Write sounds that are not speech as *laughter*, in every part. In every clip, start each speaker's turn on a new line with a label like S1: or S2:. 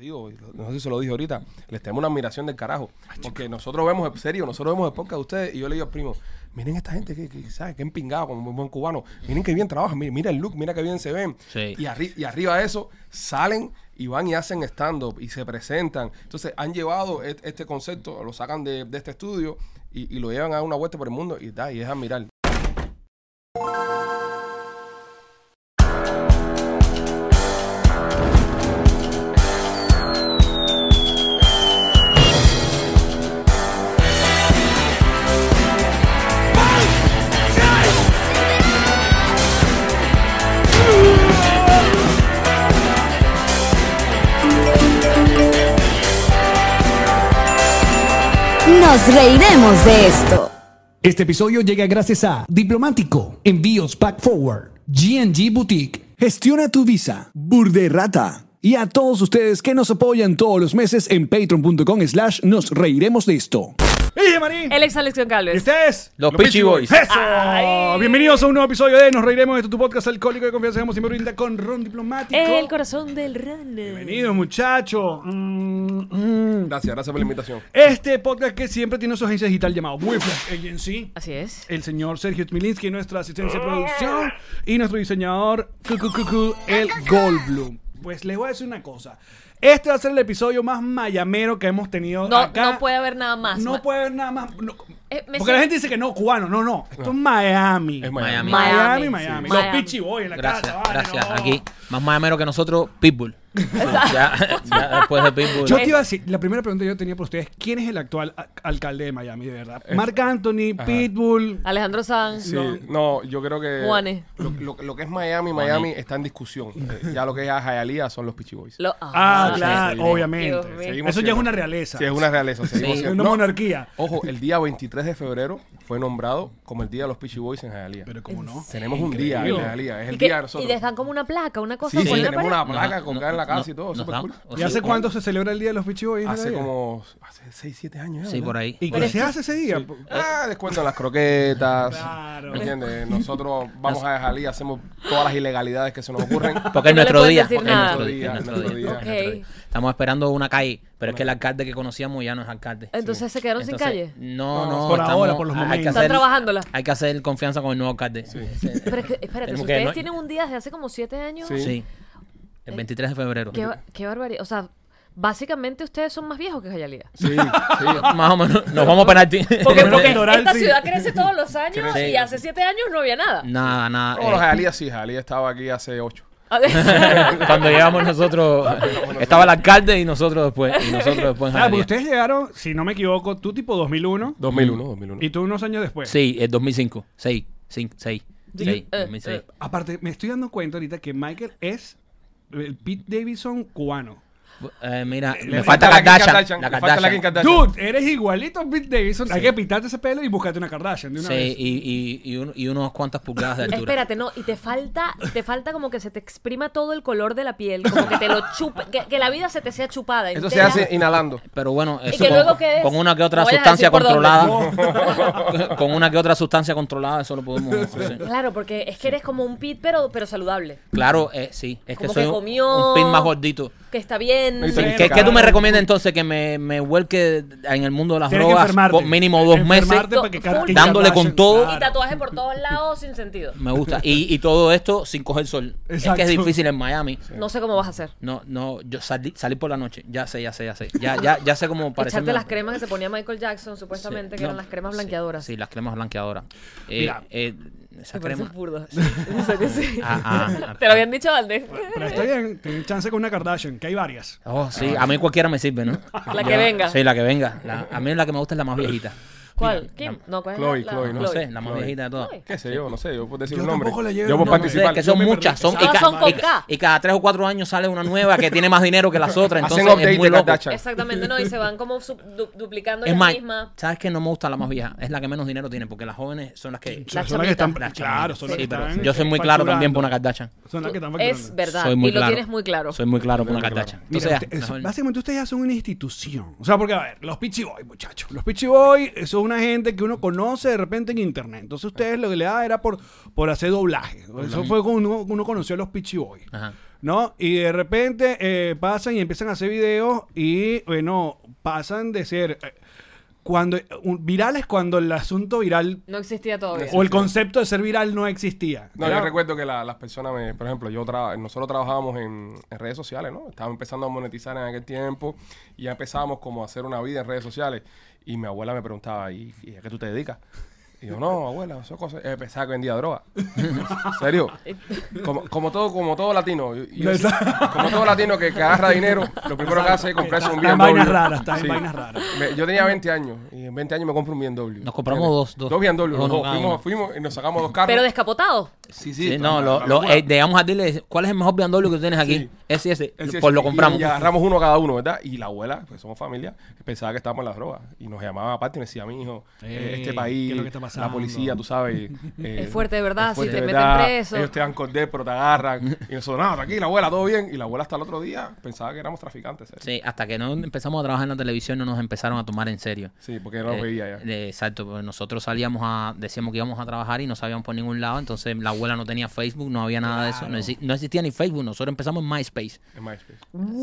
S1: digo, y lo- no sé si se lo dije ahorita, les tenemos una admiración del carajo. Porque nosotros vemos, en serio, nosotros vemos el podcast de ustedes y yo le digo al primo, miren esta gente que, que ¿sabes? Que empingado, como un buen cubano. Miren qué bien trabajan, miren, mira el look, mira qué bien se ven.
S2: Sí.
S1: Y, arri- y arriba de eso salen y van y hacen stand-up y se presentan. Entonces han llevado et- este concepto, lo sacan de, de este estudio y, y lo llevan a una vuelta por el mundo y, da, y es admirar.
S3: Nos reiremos de esto.
S4: Este episodio llega gracias a Diplomático, Envíos Pack Forward, GNG Boutique, Gestiona tu Visa, Burderrata y a todos ustedes que nos apoyan todos los meses en patreon.com slash nos reiremos de esto.
S5: ¡Y Marín!
S6: Él es Alexión
S5: ¿Y
S6: Calves.
S5: ustedes?
S2: Los Peachy Boys.
S5: ¡Eso! Bienvenidos a un nuevo episodio de Nos Reiremos. Esto es tu podcast alcohólico de confianza. Hemos siempre brinda con Ron Diplomático.
S6: El corazón del rana.
S5: Bienvenidos, muchachos. Mm, mm.
S1: Gracias, gracias por la invitación.
S5: Este podcast que siempre tiene su agencia digital llamado Wiflex Agency.
S6: Así es.
S5: El señor Sergio Smilinski, nuestra asistente de producción. Y nuestro diseñador, cu, cu, cu, cu, el Goldblum. Pues les voy a decir una cosa. Este va a ser el episodio más mayamero que hemos tenido
S6: No,
S5: acá.
S6: no puede haber nada más.
S5: No
S6: Ma-
S5: puede haber nada más. no.
S6: Eh, me
S5: Porque
S6: siento-
S5: la gente dice que no, cubano. No, no. Esto es Miami.
S1: Es Miami.
S2: Miami.
S5: Miami,
S6: Miami,
S5: Miami.
S6: sí.
S5: Los
S6: Miami.
S5: Pichi Boys en la
S2: Gracias,
S5: casa. vale,
S2: gracias.
S5: no.
S2: Aquí, más mamero que nosotros, Pitbull. ya, ya después de Pitbull.
S6: Eh.
S5: Yo te iba a decir, la primera pregunta que yo tenía para ustedes, ¿quién es el actual a- alcalde de Miami, de verdad? Marc Anthony, Pitbull.
S6: Alejandro Sanz.
S1: Sí,
S6: No.
S1: no, yo creo que
S6: Juanes.
S1: lo, lo- lo que es Miami, Miami está en discusión. Eh, ya lo que es Hialeah son los Pichi Boys.
S6: Lo-
S5: Ah,
S6: ah,
S1: sí,
S5: claro,
S1: sí.
S6: Dios
S5: obviamente.
S6: mío.
S1: Seguimos
S5: Eso ya es
S1: siendo-
S5: una realeza.
S1: Sí, es una realeza. seguimos
S2: Sí.
S5: Es
S1: siendo-
S5: una
S1: No,
S5: monarquía.
S1: Ojo, el día 23 de febrero fue nombrado como el día de los Pichi Boys en Hialeah.
S5: Pero cómo no.
S1: Tenemos un día en
S5: Increíble.
S1: Hialeah, es el
S6: Y, que-
S1: día de
S6: y
S1: nosotros.
S6: les dan como una placa, una cosa.
S1: Sí, sí,
S6: con
S1: tenemos
S6: pared.
S1: una placa colgada en la casa y todo,
S2: Nos
S1: súper
S2: dan-
S1: cool.
S2: o
S5: ¿Y
S2: sea,
S5: hace cuánto se celebra el Día de los Pichi Boys?
S1: Hace
S5: Nadia?
S1: como hace 6, 7 años. ya,
S2: Sí,
S1: ¿verdad?
S2: por ahí.
S5: ¿Y qué se hace ese día?
S1: Ah, descuento las croquetas.
S5: Claro.
S1: ¿Me entiendes? Nosotros vamos a Hialeah, hacemos todas las ilegalidades que se nos ocurren.
S2: Porque es
S6: No le
S2: nuestro
S6: pueden
S2: día.
S6: decir
S2: Porque es
S6: nada.
S2: nuestro día. es nuestro
S1: Nuestro
S2: día,
S1: día.
S2: es nuestro
S6: Ok.
S2: día. Estamos esperando una calle, pero es que el alcalde que conocíamos ya no es alcalde.
S6: Entonces se quedaron
S2: Entonces,
S6: sin calle.
S2: No,
S5: No,
S2: no.
S5: por
S2: estamos-
S5: ahora, por los
S2: hay que
S5: momentos.
S6: Están
S2: hacer- *laughs*
S6: trabajándola.
S2: Hay que hacer confianza con el nuevo alcalde. Sí.
S6: Pero es que, espérate, si
S2: Tenemos que-
S6: ustedes
S2: no-
S6: tienen un día desde hace como siete años,
S1: Sí.
S2: Sí. El 23 de febrero.
S6: qué, ba- qué barbaridad. O sea, básicamente ustedes son más viejos que Jayalía.
S1: Sí,
S2: Ah,
S1: sí.
S2: Más o menos. Nos vamos a penalti. *laughs*
S5: Porque- porque-
S6: Esta
S5: Doral, sí.
S6: ciudad crece todos los años
S2: Crece.
S6: y hace siete años no había nada. *laughs*
S2: Nada, nada.
S1: No,
S2: *laughs*
S1: los
S2: eh,
S1: Jalía sí, Jalía estaba aquí hace 8.
S2: Cuando llegamos nosotros, estaba el alcalde y nosotros después. Y nosotros después en
S5: Ah, porque
S2: Jalía.
S5: ustedes llegaron, si no me equivoco, tú tipo 2001
S1: 2001, 2001.
S5: y tú unos años después.
S2: Sí, el 2005. 6, 5, 6.
S6: Sí,
S2: 6,
S6: eh,
S2: 2006.
S6: eh.
S5: Aparte, me estoy dando cuenta ahorita que Michael es el Pete Davidson cubano.
S2: Eh, mira,
S1: Le
S2: me falta la
S1: Kim
S2: Kardashian. La
S1: le falta la Kim
S2: Kardashian.
S1: Kardashian.
S5: Dude, eres igualito a Pete Davidson. Hay que pintarte ese pelo y buscarte una Kardashian de una
S2: Sí,
S5: vez.
S2: y, y, y, un- y unos cuantas pulgadas de altura.
S6: Espérate, no, y te falta, te falta como que se te exprima todo el color de la piel, como que te lo chupe, que, que la vida se te sea chupada.
S1: Eso se
S6: entera.
S1: hace inhalando.
S2: Pero bueno, eso
S6: que
S2: con,
S6: luego quedes-
S2: con una que otra
S6: no vayas a
S2: sustancia
S6: decir por
S2: controlada. *laughs* con una que otra sustancia controlada, eso lo
S6: *laughs*
S2: podemos hacer.
S6: Claro, porque es que eres como un pit, pero, pero saludable.
S2: Claro, eh, sí. Es que
S6: Como
S2: soy
S6: que
S2: un,
S6: comió.
S2: un pin más gordito.
S6: Que está
S1: Sí,
S6: bien.
S2: Sí,
S5: Bueno,
S2: ¿Qué, qué tú me
S5: claro.
S2: recomiendas entonces? Que me, me vuelque en el mundo de las
S5: Tienes que
S2: drogas
S5: enfermarte.
S2: por mínimo dos meses.
S5: Enfermarte para que Kar-
S6: Full.
S5: que
S2: Dándole
S5: Kardashian-
S2: con todo.
S6: Y tatuaje por todos lados sin sentido.
S2: Me gusta. Y, y todo esto sin coger sol. Es que
S5: Exacto.
S2: es difícil en Miami.
S6: No sé cómo vas a hacer.
S2: No, no, yo salí, salí por la noche. Ya sé, ya sé, ya sé. Ya, ya, ya sé cómo parecerme.
S6: Echarte las cremas que se ponía Michael Jackson, supuestamente,
S2: Sí,
S6: que
S2: no,
S6: eran las cremas
S2: sí,
S6: blanqueadoras.
S2: Sí, las cremas blanqueadoras. Eh,
S5: Mira.
S2: eh, esa
S6: Me pareces
S2: crema.
S6: burdo. Sí, en serio, sí.
S2: Ah, ah,
S6: *laughs* Te lo habían dicho, Valdés.
S5: Pero está bien, tienes chance con una Kardashian, que hay varias.
S2: Oh, sí, a mí cualquiera me sirve, ¿no?
S6: La que venga.
S2: Sí, la que venga. La- a mí la que me gusta es la más viejita.
S6: ¿Cuál? ¿Kim? No, ¿cuál es
S1: Chloe,
S6: la- la-
S1: Chloe, no
S2: No
S1: Chloe.
S2: sé, la más
S1: Chloe.
S2: viejita de todas.
S6: Chloe.
S1: ¿Qué sé yo? No sé, yo puedo decir
S5: Yo
S1: un nombre.
S5: tampoco le llevo
S1: Yo
S5: el
S1: por
S5: nombre.
S2: No sé,
S1: participar.
S2: que son
S5: me
S2: muchas.
S5: perdí.
S2: Son, y,
S6: Ahora
S2: ca-
S6: Ah, son con
S2: y ca-
S6: K.
S2: y cada tres o cuatro años sale una nueva que tiene más dinero
S1: *laughs*
S2: que las otras.
S1: Hacen
S2: Entonces
S1: update
S2: es muy
S1: de
S2: loco.
S1: Kardashian.
S6: Exacto. Exactamente, no, y se van como sub- du- duplicando
S2: Es
S6: la
S2: más,
S6: misma.
S2: ¿sabes qué? No me gusta la más vieja. Es la que menos dinero tiene, porque las jóvenes son las que...
S6: Las
S5: son las que están.
S2: las
S5: claro,
S2: chamitas.
S5: son las que
S2: Sí, pero
S5: están
S2: Yo soy muy claro también por una
S5: facturando.
S2: Kardashian.
S5: Son las que están
S6: Es
S5: facturando.
S6: verdad.
S2: Soy muy
S6: y lo
S2: claro.
S6: tienes muy claro.
S2: Soy muy claro por una
S1: Muy claro.
S2: Kardashian.
S5: Mira,
S2: Entonces,
S5: usted- eso-
S2: mejor-
S5: básicamente ustedes ya eh, son una institución. O sea, porque, a ver, los Pichi Boy, muchachos. Los Pichi Boy son una gente que uno conoce de repente en internet. Entonces ustedes lo que le da era por, por hacer doblaje. Eso fue cuando uno, uno conoció a los Pichi Boys.
S2: Ajá.
S5: ¿No? Y de repente eh, pasan y empiezan a hacer videos y, bueno, pasan de ser... eh, cuando un- viral es cuando el asunto viral
S6: No existía todavía.
S5: o el concepto de ser viral no existía.
S1: No,
S5: Era-
S1: yo recuerdo que la- las personas, me- por ejemplo, yo traba- nosotros trabajábamos en, en redes sociales, ¿no? Estábamos empezando a monetizar en aquel tiempo y ya empezábamos como a hacer una vida en redes sociales. Y mi abuela me preguntaba, ¿y, y a qué tú te dedicas? Y yo, no, abuela, eso es cosa... eh, pensaba que vendía droga. ¿En serio? Como, como todo, como todo latino. Yo- yo- como todo latino que, que agarra dinero, lo primero que hace es comprarse un
S5: Está
S1: bien
S5: en vainas raras, está en vainas raras.
S1: Yo
S6: Ah.
S1: tenía 20 años y en 20 años me compro un bien doble.
S2: Nos compramos dos, dos.
S1: Dos bien doble.
S2: Uno cada uno.
S1: Fuimos, fuimos y nos sacamos dos carros.
S6: Pero descapotado.
S1: Sí,
S2: Sí, no, lo, lo- eh, llegamos a decirle, ¿cuál es el mejor BMW que tú tienes aquí?
S1: Sí.
S2: Ese, ese.
S1: Él sí
S2: Pues
S1: es-
S2: lo compramos.
S1: Y, y agarramos uno cada uno, ¿verdad? Y la abuela, pues somos familia, pensaba que estábamos en las drogas. Y nos llamaba aparte y nos decía, mi hijo,
S5: Ey,
S1: este
S5: ¿qué
S1: país,
S5: es lo que está pasando?
S1: la policía, tú sabes. eh,
S6: Es fuerte de verdad, si te
S1: de
S6: meten
S1: verdad,
S6: preso.
S1: Ellos te dan cordel, pero te agarran. Y nosotros, no, tranquila, abuela, todo bien. Y la abuela hasta el otro día pensaba que éramos traficantes. ¿eh?
S2: Sí, hasta que no empezamos a trabajar en la televisión no nos empezaron a tomar en serio.
S1: Sí, porque no lo
S2: Eh,
S1: veía ya.
S2: eh, exacto, porque nosotros salíamos a, decíamos que íbamos a trabajar y no sabíamos por ningún lado, entonces la abuela no tenía Facebook, no había nada de eso, no, exi- no existía ni Facebook, nosotros empezamos en MySpace.
S1: En MySpace.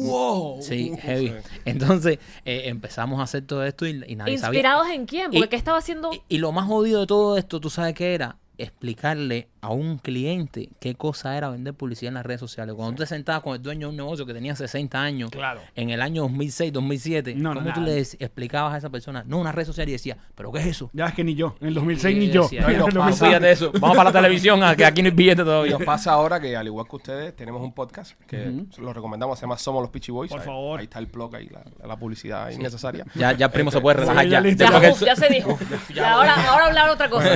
S5: ¡Wow!
S2: Sí, heavy. Entonces eh, empezamos a hacer todo esto y, y nadie sabía.
S6: ¿Inspirados en quién? Porque
S2: Y-
S6: ¿qué estaba haciendo?
S2: Y, y lo más jodido de todo esto, ¿tú sabes qué era? Explicarle a un cliente qué cosa era vender publicidad en las redes sociales. Cuando tú te sentabas con el dueño de un negocio que tenía 60 años,
S5: Claro.
S2: en el año 2006, 2007,
S5: No, no,
S2: ¿cómo tú
S5: nada.
S2: le des- explicabas a esa persona? No, una red social y decía, ¿pero qué es eso?
S5: Ya es que ni yo. En el 2006
S2: Y
S5: ni yo.
S2: decía,
S5: En el
S2: "No, no,
S5: 2006.
S2: fíjate eso. Vamos para la televisión, a- que aquí no hay billete
S1: Y
S2: todavía.
S1: nos pasa ahora que, al igual que ustedes, tenemos un podcast que lo recomendamos, se llama Somos los Pitchy Boys.
S5: Por
S1: Ahí-
S5: favor.
S1: Ahí está el blog, ahí la, la publicidad ahí necesaria. *laughs*
S2: *laughs* Ya, ya el primo se puede relajar *laughs*
S5: ya
S2: ya.
S5: listo.
S6: Ya,
S2: Después que-
S6: uf, ya se dijo. Ya, ahora, ahora hablar otra cosa.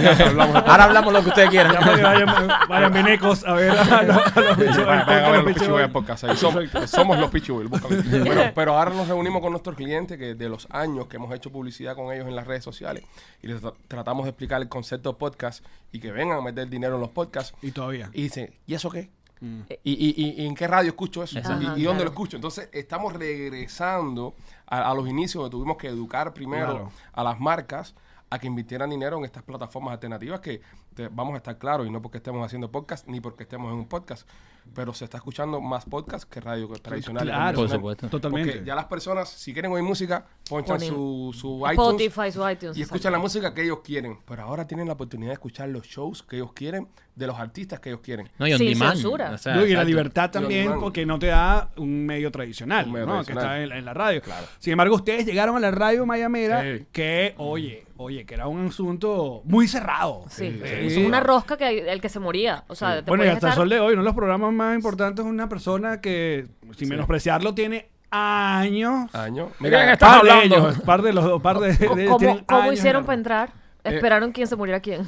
S2: Ahora hablamos lo que ustedes quieran.
S5: Ya para que vayan, vayan venecos a
S2: *laughs*
S5: ver *laughs* a los- a los bichos-
S1: Sí, vayan, vayan a ver
S5: al
S1: los
S5: podcast,
S1: Pichu
S5: los
S1: Boys
S5: bichos.
S1: podcast, ahí somos, somos los Pichu Boys,
S5: *laughs*
S1: búscame. Bueno, pero ahora nos reunimos con nuestros clientes que de los años que hemos hecho publicidad con ellos en las redes sociales y les tra- tratamos de explicar el concepto de podcast y que vengan a meter dinero en los podcasts
S5: Y todavía.
S1: y dicen, ¿y eso qué?
S5: Mm.
S1: Eh, ¿Y, y, y- y en qué radio escucho eso? ¿Y,
S2: Exacto.
S1: y
S6: Ajá,
S1: dónde
S6: claro.
S1: lo escucho? Entonces, estamos regresando a, a los inicios donde tuvimos que educar primero
S5: Claro.
S1: a las marcas a que invirtieran dinero en estas plataformas alternativas que te- vamos a estar claros, y no porque estemos haciendo podcast ni porque estemos en un podcast, pero se está escuchando más podcast que radio tradicional.
S5: Pues Claro,
S2: Por
S1: convencional.
S2: supuesto.
S5: Totalmente.
S1: Porque ya las personas, si quieren oír música, ponchan
S6: Ponen
S1: su, su iTunes
S6: Spotify, su iTunes.
S1: y escuchan la música que ellos quieren. Pero ahora tienen la oportunidad de escuchar los shows que ellos quieren, de los artistas que ellos quieren.
S2: No, y on
S6: Sin
S2: demand.
S6: censura.
S2: o sea,
S5: No, y la
S2: exacto.
S5: libertad
S1: Yo
S5: también,
S1: animal.
S5: porque no te da un medio tradicional,
S1: Un medio
S5: ¿no?
S1: tradicional.
S5: que está en, la- en la radio. Sin embargo, ustedes llegaron a la radio Mayamera,
S1: Sí.
S5: que, oye, oye, que era un asunto muy cerrado.
S6: Sí.
S5: Eh,
S6: Es una rosca que el que se moría. O sea, te
S5: Bueno, y
S6: podías
S5: hasta el
S6: estar-
S5: sol de hoy, uno de los programas más importantes es una persona que, sin menospreciarlo, tiene años.
S1: Año.
S2: Miren
S1: Mira,
S2: esta- Estás
S5: par de
S2: hablando.
S5: ellos, par de los dos, par de. de-
S6: ¿Cómo,
S5: tienen
S6: cómo
S5: años Eh,
S6: hicieron
S5: en
S6: para
S5: la-
S6: entrar? Esperaron quién se
S5: *laughs*
S6: muriera quién.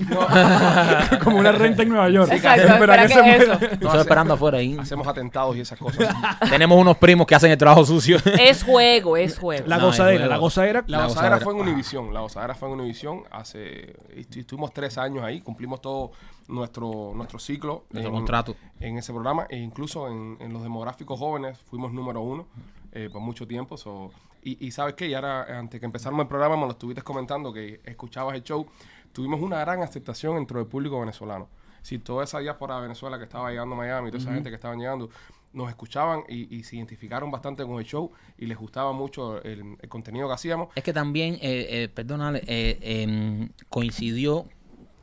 S5: Como una renta en Nueva York.
S6: Exacto,
S5: Espera
S6: espera
S5: que
S6: que
S5: se
S6: eso.
S5: muera.
S2: Yo Estoy esperando afuera *laughs* ahí.
S1: *laughs* hacemos atentados y esas cosas.
S2: Tenemos unos primos que hacen el trabajo sucio.
S6: Es juego, es juego.
S5: La
S2: No, es Ah,
S5: gozadera,
S2: juego.
S5: la gozadera.
S1: La,
S2: La
S1: gozadera,
S2: gozadera.
S1: fue en Univisión. La gozadera fue en Univisión. Hace, estu- estuvimos tres años ahí. Cumplimos todo nuestro, nuestro ciclo.
S2: Nuestro contrato.
S1: En ese programa. E incluso en, en los demográficos jóvenes fuimos número uno eh, por mucho tiempo. so- y, y sabes qué, y ahora antes que empezáramos el programa, me lo estuviste comentando que escuchabas el show. Tuvimos una gran aceptación dentro del público venezolano. Si toda esa diáspora de Venezuela que estaba llegando a Miami, toda esa gente que estaban llegando, nos escuchaban y, y se identificaron bastante con el show y les gustaba mucho el- el contenido que hacíamos.
S2: Es que también, eh, eh, perdónale, eh, em, coincidió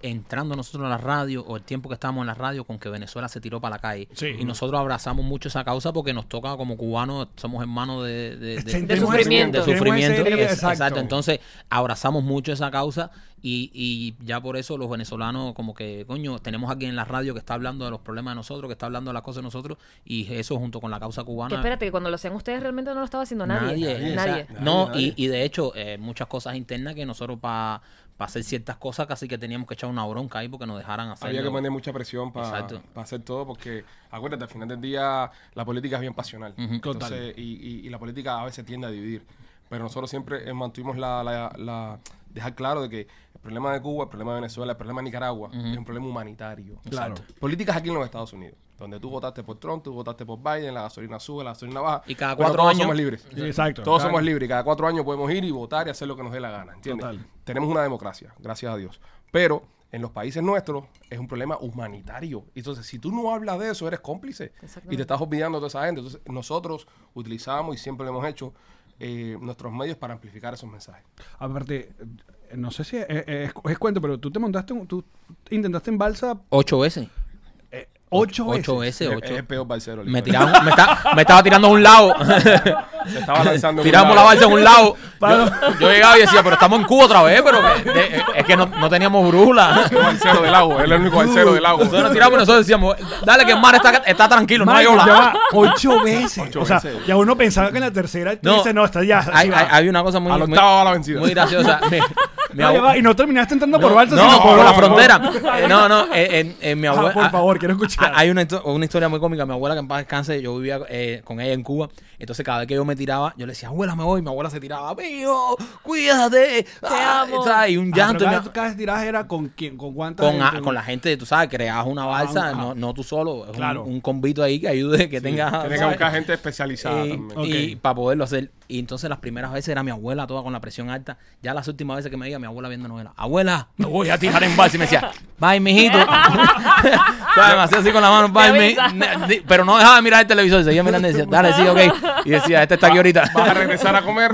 S2: entrando nosotros a la radio o el tiempo que estábamos en la radio con que Venezuela se tiró para la calle.
S5: Sí.
S2: Y nosotros abrazamos mucho esa causa porque nos toca como cubanos, somos hermanos de, de- de-
S5: Tenemos
S2: de
S5: ese-
S6: sufrimiento.
S2: De
S5: tenemos
S2: sufrimiento.
S5: ese-
S2: Es-
S5: exacto.
S2: exacto. Entonces, abrazamos mucho esa causa y, y ya por eso los venezolanos como que, coño, tenemos alguien en la radio que está hablando de los problemas de nosotros, que está hablando de las cosas de nosotros y eso junto con la causa
S6: Que
S2: cubana.
S6: espérate, que cuando lo hacían ustedes realmente no lo estaba haciendo nadie.
S2: Nadie.
S6: Nadie.
S2: o sea, no,
S1: Nadie,
S2: Y, y de hecho, eh, muchas cosas internas que nosotros para hacer ciertas cosas casi que teníamos que echar una bronca ahí porque nos dejaran hacer.
S1: Había que poner mucha presión para
S2: Exacto.
S1: hacer todo, porque acuérdate, al final del día la política es bien pasional. Entonces, y, y- y la política a veces tiende a dividir. Pero nosotros siempre eh, mantuvimos la, la- la- dejar claro de que el problema de Cuba, el problema de Venezuela, el problema de Nicaragua es un problema humanitario.
S5: Claro.
S1: Políticas aquí en los Estados Unidos. donde tú votaste por Trump, tú votaste por Biden, la gasolina sube, la gasolina baja.
S2: Y cada
S1: Pero
S2: cuatro
S1: todos
S2: años-
S1: somos libres.
S5: Exacto.
S1: Todos
S5: Claro.
S1: somos libres y cada cuatro años podemos ir y votar y hacer lo que nos dé la gana, ¿entiendes?
S5: Total.
S1: Tenemos una democracia, gracias a Dios. Pero en los países nuestros es un problema humanitario. Entonces, si tú no hablas de eso, eres cómplice y te estás olvidando de toda esa gente. Entonces, nosotros utilizamos y siempre lo hemos hecho eh, nuestros medios para amplificar esos mensajes.
S5: Aparte, eh, no sé si es, es- es- es cuento, pero tú te montaste, un- tú intentaste en balsa
S2: Ocho veces.
S5: eh, ocho,
S2: Ocho veces,
S5: veces.
S1: Es-
S2: ocho.
S1: Es el peor balsero.
S2: Me, tiraron, me, está- me estaba tirando a un lado.
S1: Se estaba
S2: *laughs*
S1: lanzando.
S2: Tiramos la balsa a un lado. Yo, yo llegaba y decía, pero estamos en Cuba otra vez, pero que- de- eh, es que no, no teníamos
S5: *laughs*
S2: brújula.
S1: Balsero del agua, es el único balsero del agua.
S2: Nosotros nos tiramos y nosotros decíamos, dale que el mar está, está tranquilo, no hay
S5: Michael, ya va,
S2: ola.
S5: ocho veces.
S1: Ocho
S5: o sea,
S1: veces.
S5: ya uno pensaba que en la tercera tú dices, no, está ya.
S2: Hay,
S5: sí va".
S2: hay- había una cosa muy,
S1: Al
S2: muy,
S1: octavo va la vencida.
S2: muy graciosa. Mi- mi
S5: No, ya
S2: abue-
S5: va, y no terminaste entrando por
S2: No,
S5: balsa,
S2: no,
S5: sino por
S2: por la
S5: ojo.
S2: frontera. Eh, No, no, en, en- en mi
S5: Ah,
S2: abuela.
S5: por favor, quiero escuchar.
S2: Ah, Hay una, histo- una historia muy cómica. Mi abuela que en paz descanse, yo vivía eh, con ella en Cuba. Entonces, cada vez que yo me tiraba, yo le decía, abuela, me voy. Mi abuela se tiraba, mío, cuídate. Ah,
S6: amo.
S2: ¿sabes? Y un
S5: Ah, pero
S2: llanto. y mi-
S5: cada, cada tiraje era con quién, con cuánta
S2: con, a-
S5: gente?
S2: con la gente, tú sabes, creabas una balsa,
S5: Ah, un-
S2: no, no tú solo, es un-
S5: Claro.
S2: un, convito ahí que ayude, que tengas.
S1: Tienes que
S2: ¿sabes?
S1: buscar gente especializada
S2: Y-
S1: también.
S2: Y,
S5: Ok.
S2: para poderlo hacer. Y entonces las primeras veces era mi abuela toda con la presión alta. Ya las últimas veces que me veía mi abuela viendo novela. Abuela, me voy a tirar en balsa. Y me decía, bye, mijito. *laughs* ¿Sabes? Me hacía así con la mano, bye,
S6: Me
S2: mi- ne- Pero no dejaba de mirar el televisor. Seguía mirando y decía, dale, sí, ok. Y decía, este está aquí ahorita. *laughs*
S1: Vas a regresar a comer.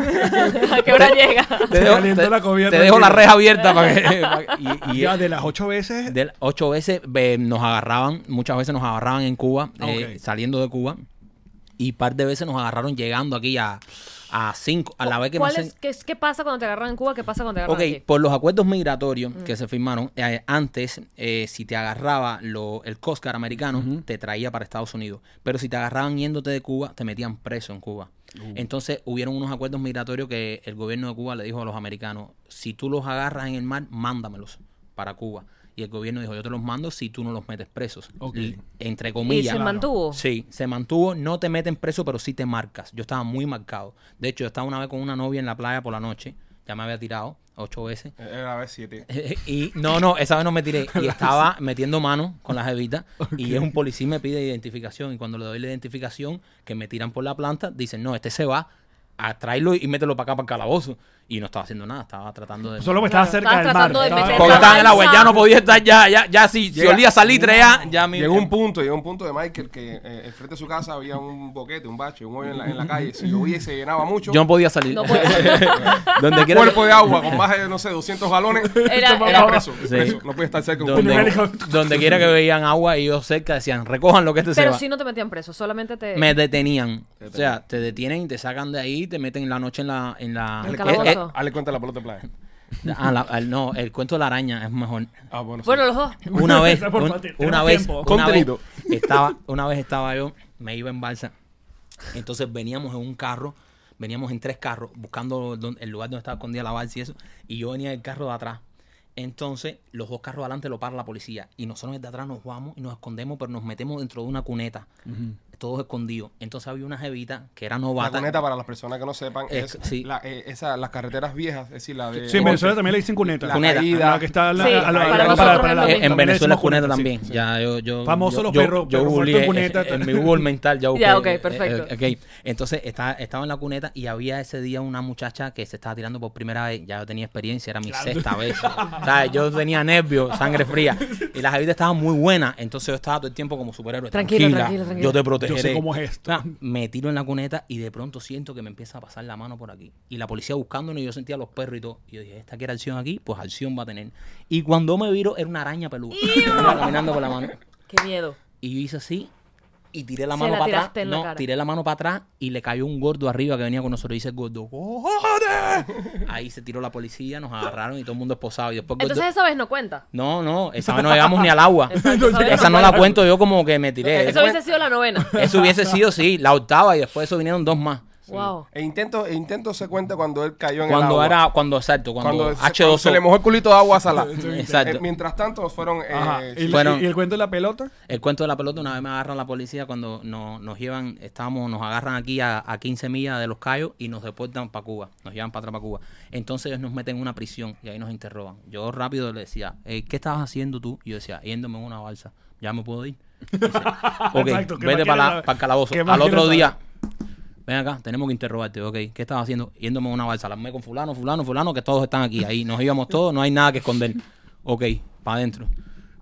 S6: ¿A qué hora llega?
S2: Te dejo,
S5: Caliento
S2: te-
S5: la comida,
S2: te dejo la
S5: tranquilo.
S2: reja abierta para que. para que- *laughs* y- y-
S5: Ya, de las ocho veces.
S2: de la- ocho veces eh, nos agarraban, muchas veces nos agarraban en Cuba, eh,
S5: Ok.
S2: saliendo de Cuba, y par de veces nos agarraron llegando aquí a, a cinco, a la vez que
S6: *laughs* ¿Cuál
S2: nos
S6: es- qué, es- qué pasa cuando te agarran en Cuba? ¿Qué pasa cuando te agarran
S2: Ok,
S6: aquí?
S2: por los acuerdos migratorios
S6: Mm.
S2: que se firmaron, eh, antes, eh, si te agarraba lo, el Coscar americano, te traía para Estados Unidos. Pero si te agarraban yéndote de Cuba, te metían preso en Cuba. Entonces, hubieron unos acuerdos migratorios que el gobierno de Cuba le dijo a los americanos, si tú los agarras en el mar, mándamelos para Cuba. Y el gobierno dijo, yo te los mando si tú no los metes presos.
S5: Ok.
S2: Y, entre
S6: ¿Y
S2: comillas.
S6: se mantuvo?
S2: Sí, se mantuvo, no te meten preso, pero sí te marcas. Yo estaba muy marcado. De hecho, yo estaba una vez con una novia en la playa por la noche, ya me había tirado ocho veces. *laughs*
S1: Era B7.
S2: Y no, no, esa vez no me tiré. Y
S1: *laughs*
S2: estaba metiendo mano con las evitas. Y es un policía y me pide identificación. Y cuando le doy la identificación, que me tiran por la planta, dicen, no, este se va, a tráelo y mételo para acá, para el calabozo. Y no estaba haciendo nada, estaba tratando de...
S5: Solo que estaba
S6: Claro,
S5: cerca del mar.
S6: estabas tratando de
S5: Estaba-
S6: meter-
S2: Porque estaba en el agua, ya no
S6: Exacto.
S2: podía estar, ya, ya, ya, si, si
S1: Llega-
S2: olía salitre, ya, ya mi...
S1: Llegó un punto, llegó un punto de Michael que eh, enfrente de su casa había un boquete, un bache, un hoyo en la, en la calle.
S2: *laughs*
S1: Si llovía y se llenaba mucho,
S2: Yo no podía salir.
S6: No puede.
S2: *laughs* Donde quiera
S1: *laughs*
S2: que-
S1: cuerpo de agua con más de, no sé, 200 galones, *laughs*
S6: *laughs* Era-
S1: era,
S6: era-
S1: preso.
S2: Sí.
S1: preso. No podía estar cerca de un
S5: Primer
S2: donde,
S5: helicóptero.
S2: donde quiera que veían agua y yo cerca decían, recojan lo que este se
S6: Pero
S2: va.
S6: si no te metían preso, solamente te...
S2: Me detenían. O sea, te detienen y te sacan de ahí, te meten la noche en la... En la
S6: El
S2: eh,
S6: calabozo.
S1: Hazle cuenta de la pelota de playa.
S2: eh, ah, la- ah, no, el cuento de la araña es mejor.
S1: Ah, bueno. sí.
S6: Bueno, los dos.
S5: *laughs*
S2: Una vez,
S5: Por
S2: un-
S5: favor, te-
S2: una
S5: tenemos
S2: vez,
S5: tiempo.
S2: una vez
S1: Contenido.
S2: estaba, una vez estaba yo, me iba en balsa. Entonces veníamos en un carro, veníamos en tres carros, buscando don- el lugar donde estaba escondida la balsa y eso. Y yo venía del carro de atrás. Entonces, los dos carros adelante lo para la policía. Y nosotros desde atrás nos vamos y nos escondemos, pero nos metemos dentro de una cuneta. Todos escondidos. Entonces había una jevita que era
S1: La
S2: novata.
S1: cuneta, para las personas que no sepan, es,
S2: Es- sí.
S1: la- eh, esa- las carreteras viejas, es decir, la de...
S5: Sí, en Venezuela también le dicen cuneta.
S1: La
S2: Cuneta.
S1: caída.
S5: A la que está a la-
S6: Sí,
S5: a la-
S6: para
S5: a la-
S6: nosotros
S5: para- para
S6: es lo
S5: la-
S6: mismo.
S2: Eh, en
S5: también le
S2: Venezuela
S5: decimos
S2: es cuneta
S5: sí.
S2: también. Ya yo, yo
S5: Famoso
S2: yo-
S5: los
S2: yo-
S5: perros-
S2: yo
S5: perros
S2: googleé,
S5: muertos en
S2: eh,
S5: cuneta.
S2: en mi Google mental
S5: *laughs*
S2: ya busqué,
S6: Ya, ok,
S2: eh,
S6: perfecto.
S2: eh, ok. Entonces está- estaba en la cuneta y había ese día una muchacha que se estaba tirando por primera vez. Ya yo tenía experiencia, era mi sexta vez. O sea, yo tenía nervios, sangre fría. Y la jevita estaba muy buena, entonces yo estaba todo el tiempo como superhéroe.
S6: Tranquilo,
S2: tranquila,
S6: tranquilo, tranquilo.
S2: Yo te protegeré.
S5: Yo sé cómo es esto.
S2: Ah, me tiro en la cuneta y de pronto siento que me empieza a pasar la mano por aquí. Y la policía buscándonos y yo sentía los perros y todo. Y yo dije, esta que era acción aquí, pues acción va a tener. Y cuando me viro, era una araña peluda. Iba caminando con la mano.
S6: Qué miedo.
S2: Y yo hice así y tiré la
S6: Se
S2: mano
S6: la
S2: para
S6: tiraste
S2: atrás.
S6: en la
S2: No,
S6: cara.
S2: tiré la mano para atrás y le cayó un gordo arriba que venía con nosotros. Y dice el gordo, "¡Cojones!". Ahí se tiró la policía, nos agarraron y todo el mundo esposado. Y después el gordo-
S6: Entonces esa vez no cuenta.
S2: No, no, esa vez no llegamos ni al agua.
S6: Exacto, esa vez
S2: esa
S6: no
S2: no la
S6: llegamos.
S2: cuento yo como que me tiré.
S6: Eso hubiese sido la novena.
S2: Eso hubiese sido, sí, la octava y después de eso vinieron dos más.
S6: Wow.
S1: E intento, e intento se cuenta cuando él cayó en el
S2: Cuando
S1: agua.
S2: era, cuando exacto, cuando,
S1: cuando, se-
S2: H2O.
S1: cuando se le mojó el culito de agua salada.
S2: *laughs* Exacto.
S1: Eh, mientras tanto, fueron... eh,
S5: Ajá. ¿Y,
S2: Bueno.
S5: y- y el cuento de la
S6: *laughs*
S5: pelota?
S2: El cuento de la pelota, una vez me agarran la policía cuando nos, nos llevan, estábamos, nos agarran aquí a, a 15 millas de Los Cayos y nos deportan para Cuba, nos llevan para atrás para Cuba. Entonces ellos nos meten en una prisión y ahí nos interrogan. Yo rápido le decía, "Eh, ¿qué estabas haciendo tú? Y yo decía, yéndome en una balsa, ya me puedo ir. Ok,
S5: Exacto, ¿qué más
S2: vete
S5: quieres
S2: para
S5: saber?
S2: el calabozo.
S5: ¿Qué más
S2: Al otro
S5: quieres
S2: día, ven acá, tenemos que interrogarte, ok. ¿Qué estabas haciendo? Yéndome a una balsa. Alarmé con fulano, fulano, fulano, que todos están aquí. Ahí nos íbamos todos, no hay nada que esconder. Ok, para adentro.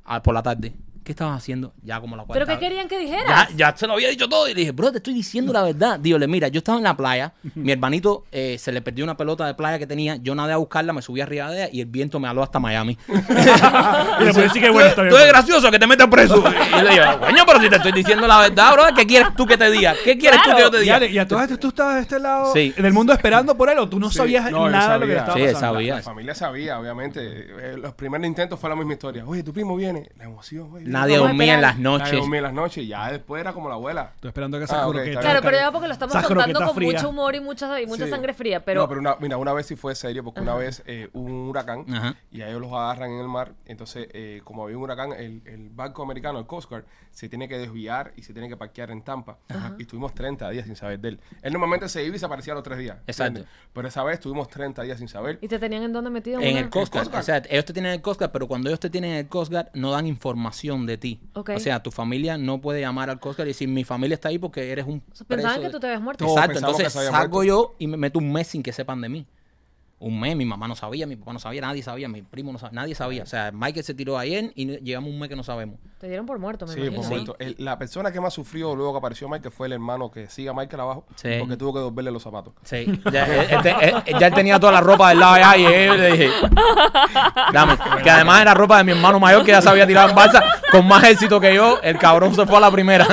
S2: Ah, por la tarde. ¿Qué estabas haciendo? Ya como la cuarta
S6: ¿Pero qué
S2: vez.
S6: querían que dijera?
S2: Ya, ya se lo había dicho todo y le dije, bro, te estoy diciendo la verdad. Dígole, mira, yo estaba en la playa, mi hermanito eh, se le perdió una pelota de playa que tenía, yo nadé a buscarla, me subí arriba de ella y el viento me aló hasta
S5: *laughs*
S2: Miami.
S5: Y le puedes decir que bueno, está
S2: tú,
S5: bien.
S2: eres gracioso que te metas preso. y le digo, coño, pero si te estoy diciendo la verdad, bro, ¿qué quieres tú que te diga? ¿Qué quieres tú
S6: Claro.
S2: que yo te
S5: Y,
S2: diga?
S5: Ale, y a todas estas, tú estabas de este lado
S2: Sí.
S5: del mundo esperando por él o tú no
S1: Sí,
S5: sabías
S1: no, yo
S5: nada de lo que le
S1: sabía.
S5: estaba
S2: Sí,
S5: pasando.
S2: sabía.
S1: La familia sabía, obviamente. Eh, Los primeros intentos fue la misma historia. Oye, tu primo viene. La emoción, oye,
S2: Nadie
S6: Vamos a
S2: dormía en
S6: esperar.
S2: las
S1: Noches.
S2: noches.
S1: las noches. y Ya después era como la abuela.
S5: Estoy esperando
S1: Ah,
S5: que esa
S1: ok,
S5: croqueta.
S1: está bien.
S6: Claro, pero ya porque lo estamos
S5: Esas
S6: contando
S5: croquetas
S6: con
S5: frías.
S6: mucho humor y mucha, y mucha
S1: Sí.
S6: sangre fría, pero...
S1: No, pero una, mira, una vez sí fue serio, porque una vez eh, hubo un huracán
S2: Ajá.
S1: y a ellos los agarran en el mar. Entonces, eh, como había un huracán, el, el barco americano, el Coast Guard, se tiene que desviar y se tiene que parquear en Tampa. Y estuvimos 30 días sin saber de él. Él normalmente se iba y se aparecía a los tres días. ¿entiendes? Pero esa vez estuvimos 30 días sin saber.
S6: ¿Y te tenían en dónde metido?
S2: En
S6: una-
S2: el Coast Guard.
S1: Coast Guard.
S2: O sea, ellos te tienen en el Coast Guard, pero cuando ellos te tienen en el Coast Guard, no dan información de ti.
S6: Ok.
S2: O sea, tu familia no puede llamar al Coast Guard y decir, mi familia está ahí porque eres un
S6: Pensaban
S2: preso
S6: que
S2: de-
S6: tú te habías muerto.
S1: Todos
S2: Exacto,
S1: pensamos que
S2: entonces
S1: se había
S2: salgo
S1: muerto.
S2: yo y me meto un mes sin que sepan de mí. Un mes, mi mamá no sabía, mi papá no sabía, nadie sabía, mi primo no sabía, nadie sabía. O sea, Michael se tiró ayer y no- llevamos un mes que no sabemos.
S6: Te dieron por muerto, me
S1: Sí,
S6: imagino.
S1: por supuesto. El- La persona que más sufrió luego que apareció Michael fue el hermano que sigue a Michael abajo
S2: Sí.
S1: porque tuvo que devolverle los zapatos.
S2: Sí, ya, eh, este, eh, ya él tenía toda la ropa del lado allá y él le dije, dame, que además era ropa de mi hermano mayor que ya se había tirado en balsa con más éxito que yo, el cabrón se fue a la primera.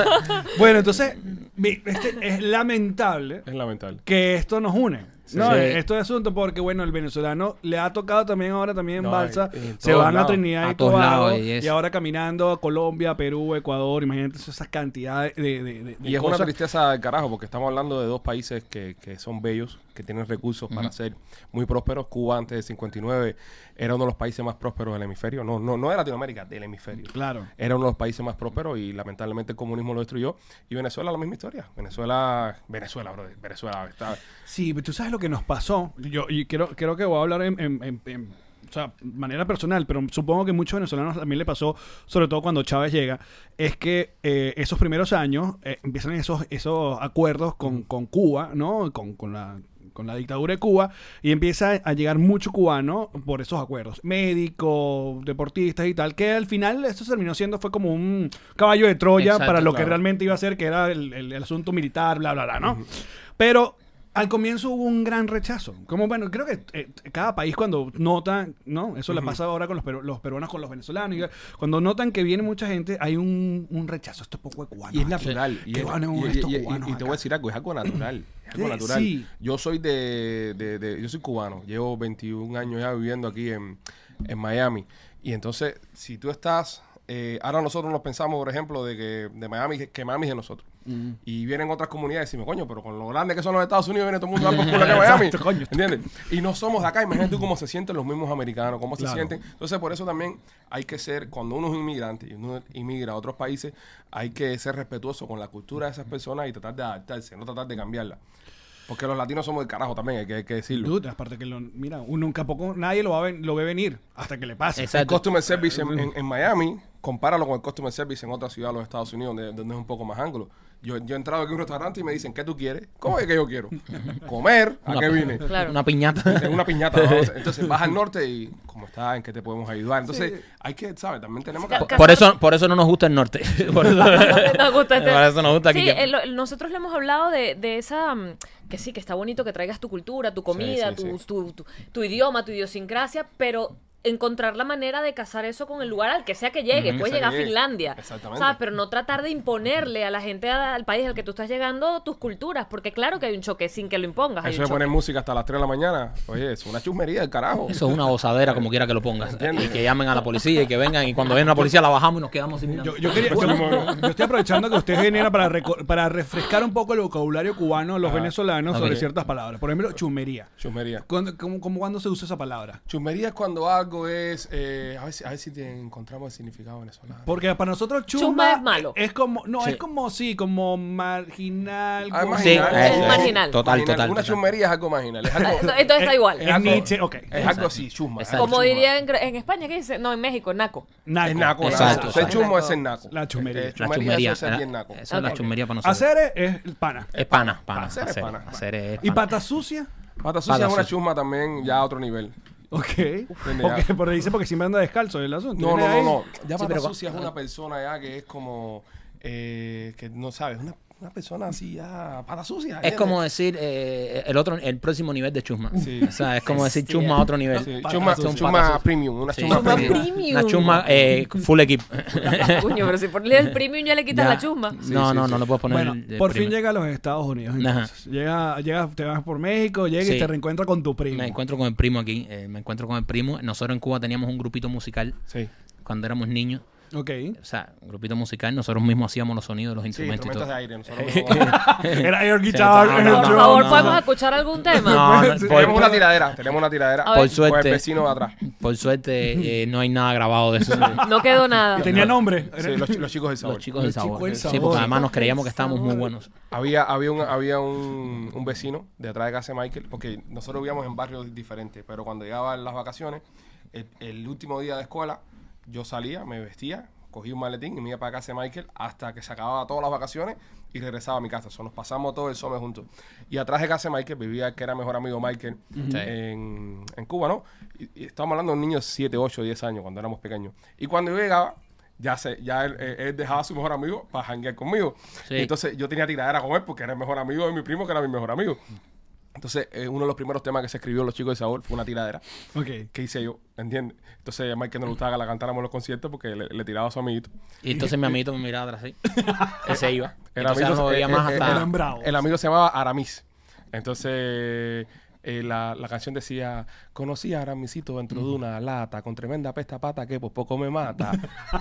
S5: Bueno, entonces, mi- este, es lamentable
S1: Es lamentable.
S5: que esto nos une. No,
S2: Sí.
S5: esto es asunto porque, bueno, el venezolano le ha tocado también ahora también en
S1: No,
S5: balsa.
S1: en- en
S5: se
S1: todos
S5: van a
S1: lados.
S5: Trinidad
S2: A
S5: y
S2: todos
S5: Tobago
S2: lados, y
S5: y,
S2: es-
S5: ahora caminando a Colombia, Perú, Ecuador. Imagínate esas cantidades de, de- de- de
S1: Y es una
S5: cosas.
S1: tristeza del carajo, porque estamos hablando de dos países que, que son bellos, que tienen recursos para ser muy prósperos. Cuba antes de 59 era uno de los países más prósperos del hemisferio, no, no, no de Latinoamérica, del hemisferio.
S5: Claro.
S1: Era uno de los países más prósperos y lamentablemente el comunismo lo destruyó. Y Venezuela, la misma historia. Venezuela, Venezuela, bro, Venezuela. Está,
S5: Sí, pero tú sabes lo que nos pasó. Yo y quiero, quiero que voy a hablar en, en- en- en- o sea, manera personal, pero supongo que muchos venezolanos también le pasó, sobre todo cuando Chávez llega, es que eh, esos primeros años eh, empiezan esos, esos acuerdos con, con Cuba, ¿no? Con, con la con la dictadura de Cuba y empieza a llegar mucho cubano por esos acuerdos, médicos, deportistas y tal, que al final esto terminó siendo fue como un caballo de Troya
S2: Exacto,
S5: para lo que
S2: claro.
S5: realmente iba a ser, que era el, el- el asunto militar, bla, bla, bla, ¿no? Pero al comienzo hubo un gran rechazo. Como bueno, creo que eh, cada país cuando nota, ¿no? Eso le pasa ahora con los, peru- los peruanos, con los venezolanos. y- cuando notan que viene mucha gente, hay un, un rechazo. Esto es poco de cubano.
S1: Y es natural. Y,
S5: Qué
S1: es-
S5: bueno,
S1: y- y-
S5: estos
S1: y- y-
S5: cubanos
S1: y te voy
S5: acá.
S1: a decir algo, es algo natural. Es algo
S5: Sí,
S1: natural.
S5: sí.
S1: Yo soy de, de- de- yo soy cubano, llevo 21 años ya viviendo aquí en, en Miami. Y entonces, si tú estás, eh, ahora nosotros nos pensamos, por ejemplo, de que de Miami, que- que Miami es de nosotros.
S5: Mm.
S1: Y vienen otras comunidades y decimos, coño, pero con lo grande que son los Estados Unidos, viene todo el mundo a dar por
S5: *laughs*
S1: culo acá a Miami.
S5: Exacto, coño.
S1: ¿Entiendes? Y no somos de acá. Imagínate tú cómo se sienten los mismos americanos, cómo se
S5: Claro.
S1: sienten. Entonces, por eso también hay que ser, cuando uno es inmigrante y uno inmigra a otros países, hay que ser respetuoso con la cultura de esas personas y tratar de adaptarse, no tratar de cambiarla. Porque los latinos somos del carajo también, hay que, hay que decirlo.
S5: Dude, aparte que lo, mira, uno nunca poco, nadie lo, va a ven- lo ve venir hasta que le pase.
S1: El
S2: Exacto.
S1: customer service en, en- en Miami, compáralo con el customer service en otra ciudad de los Estados Unidos, donde, donde es un poco más ángulo. Yo, yo he entrado aquí a un restaurante y me dicen, ¿qué tú quieres? ¿Cómo es que yo
S5: *laughs*
S1: quiero? ¿Comer? ¿A qué vine?
S6: Claro.
S2: Una piñata.
S1: en una piñata. ¿no? Entonces vas al norte y, ¿cómo está? ¿En qué te podemos ayudar? Entonces, hay que, ¿sabes? También tenemos que.
S6: Ca- ca-
S2: Por eso, por eso no nos gusta el norte. *laughs* Por eso,
S6: *laughs* Nos gusta este-
S2: por eso nos gusta aquí
S6: Sí,
S2: que-
S6: eh, lo- nosotros le hemos hablado de, de esa. mm, Que sí, que está bonito que traigas tu cultura, tu comida,
S1: sí,
S6: tu,
S1: sí.
S6: Tu, tu- tu idioma, tu idiosincrasia, pero encontrar la manera de casar eso con el lugar al que sea que llegue. Puedes
S1: Que sea
S6: llegar a
S1: que llegue.
S6: Finlandia.
S1: Exactamente.
S6: ¿sabes? Pero no tratar de imponerle a la gente, a- al país al que tú estás llegando, tus culturas, porque claro que hay un choque sin que lo impongas. hay
S1: Eso
S6: un
S1: de
S6: choque.
S1: poner música hasta las 3 de la mañana, oye, es una chusmería del carajo.
S2: Eso es una gozadera, como quiera que lo pongas.
S1: Entiendo.
S2: Y que llamen a la policía y que vengan. Y cuando venga la policía, la bajamos y nos quedamos sin mirando.
S5: Yo, yo quería-
S6: Pues
S5: yo- yo estoy aprovechando que usted genera para, reco- para refrescar un poco el vocabulario cubano, los venezolanos, sobre
S2: ok.
S5: ciertas palabras. Por ejemplo, chumería.
S1: Chusmería.
S5: ¿Cuándo, cómo, cómo- cuándo se usa esa palabra?
S1: Chusmería es cuando al- algo es. eh, a, ver si, a ver si te encontramos el significado venezolano.
S5: Porque para nosotros chusma,
S6: Chusma es malo.
S5: Es como, no,
S2: Sí.
S5: es como, sí, como marginal.
S1: Ah,
S5: como-
S2: Sí,
S1: marginal.
S2: eso
S6: Es
S2: es.
S6: marginal.
S2: Total,
S1: Marginal.
S2: total.
S1: Una
S2: total.
S1: chusmería es algo marginal. Es
S6: Ah,
S1: algo,
S6: Entonces entonces da igual.
S5: Es Nietzsche, ok.
S1: es algo así, chusma.
S2: Exacto.
S6: Como
S1: chusma.
S6: diría en, en España, ¿qué dice? No, en
S1: *laughs*
S6: México, naco.
S5: Naco.
S1: Es naco.
S2: Exacto,
S1: Ser
S2: exacto.
S1: chusmo es ser naco.
S5: La chumería.
S1: Eh,
S5: La
S2: La
S1: eso
S2: chumería.
S1: es ser
S2: la-
S1: bien naco.
S2: Eso es la
S6: Ok.
S2: chumería para nosotros.
S5: Hacer es el pana.
S2: Es pana, pana.
S1: Hacer es
S2: Hacer
S1: pana.
S2: hacer es
S5: Y
S2: pana.
S1: *laughs*
S5: pata sucia.
S1: Pata sucia
S2: Pata
S1: es una
S2: sucia.
S1: chusma también ya a otro nivel.
S5: Ok.
S1: Tiene
S5: Porque,
S1: ya-
S5: porque dice porque siempre anda descalzo el asunto.
S1: No, no,
S5: Viene
S1: no,
S5: ahí.
S1: no. Ya pata
S2: pero-
S1: sucia es una persona ya que es como... eh, que no sabes, una, una persona así ya... Pata sucia.
S2: Es
S1: ¿entiendes?
S2: como decir eh, el otro, el próximo nivel de chusma.
S1: Sí.
S2: O sea, es como decir
S6: Sí,
S2: chusma a otro nivel.
S1: Sí,
S5: Pata
S1: chusma,
S5: sucia.
S1: chusma
S2: Pata sucia.
S1: premium, una
S2: Sí.
S1: chusma
S2: Chusma
S1: premium.
S6: premium.
S2: Una chusma eh, full equip.
S6: Coño, pero si pones el premium ya le quitas
S2: Ya.
S6: la chusma.
S2: No, no, no lo puedes poner.
S5: Bueno,
S2: de
S5: por fin
S2: primer.
S5: llega a los Estados Unidos.
S2: Ajá.
S5: entonces. Llega, llega, te vas por México, llega y
S2: Sí.
S5: te reencuentra con tu primo.
S2: Me encuentro con el primo aquí. eh, me encuentro con el primo. Nosotros en Cuba teníamos un grupito musical
S1: Sí,
S2: cuando éramos niños. *laughs*
S5: Ok.
S2: O sea, un grupito musical. Nosotros mismos hacíamos los sonidos de los
S1: sí,
S2: instrumentos y
S1: tormentas
S2: todo.
S1: de aire.
S2: *laughs*
S1: Nosotros no-
S5: Era air
S2: Sí,
S5: guitar,
S2: no,
S5: air
S2: no,
S6: Por
S5: drum.
S6: favor,
S2: no,
S6: ¿podemos
S2: no.
S6: escuchar algún tema?
S2: No, no,
S1: tenemos
S2: por,
S1: una tiradera, tenemos una tiradera.
S6: A ver.
S2: por
S1: Con el
S2: suerte,
S1: vecino de atrás.
S2: por suerte eh, no hay nada grabado de eso.
S6: No quedó nada.
S5: Tenía nombre.
S1: Sí, los, chi- los chicos del sabor.
S2: Los chicos del
S5: Los chicos
S2: sabor.
S5: del
S2: Sí,
S5: sabor.
S2: porque además nos creíamos que estábamos muy buenos.
S1: Había, había, un, había un, un vecino de atrás de casa de Michael, porque nosotros vivíamos en barrios diferentes, pero cuando llegaban las vacaciones, el, el último día de escuela, yo salía, me vestía, cogí un maletín y me iba para casa de Michael hasta que se acababa todas las vacaciones y regresaba a mi casa. O sea, nos pasamos todo el sommer juntos. Y atrás de casa de Michael vivía el que era mejor amigo de Michael eh,
S2: Sí.
S1: en, en Cuba, ¿no? Y, y estábamos hablando de un niño de 7, 8, 10 años cuando éramos pequeños. Y cuando yo llegaba, ya sé, ya él, eh, él dejaba a su mejor amigo para janguear conmigo.
S2: Sí.
S1: Entonces, entonces, yo tenía tiradera con él porque era el mejor amigo de mi primo, que era mi mejor amigo. Entonces, eh, uno de los primeros temas que se escribió Los Chicos de Sabor fue una tiradera *laughs*
S5: Ok.
S1: que hice yo, ¿entiendes? Entonces, a Mike no le gustaba que la cantáramos en los conciertos porque le, le tiraba a su amiguito.
S2: Y entonces mi amiguito me miraba atrás así. Y se iba.
S1: El
S2: Entonces ya
S1: amigo,
S2: no lo
S1: se-
S2: veía
S1: eh,
S2: más
S1: eh,
S2: hasta.
S5: eran bravos.
S1: El amigo se llamaba Aramis. Entonces, eh, la, la canción decía, conocí a Aramisito dentro de una lata, con tremenda pesta pata que por poco me mata.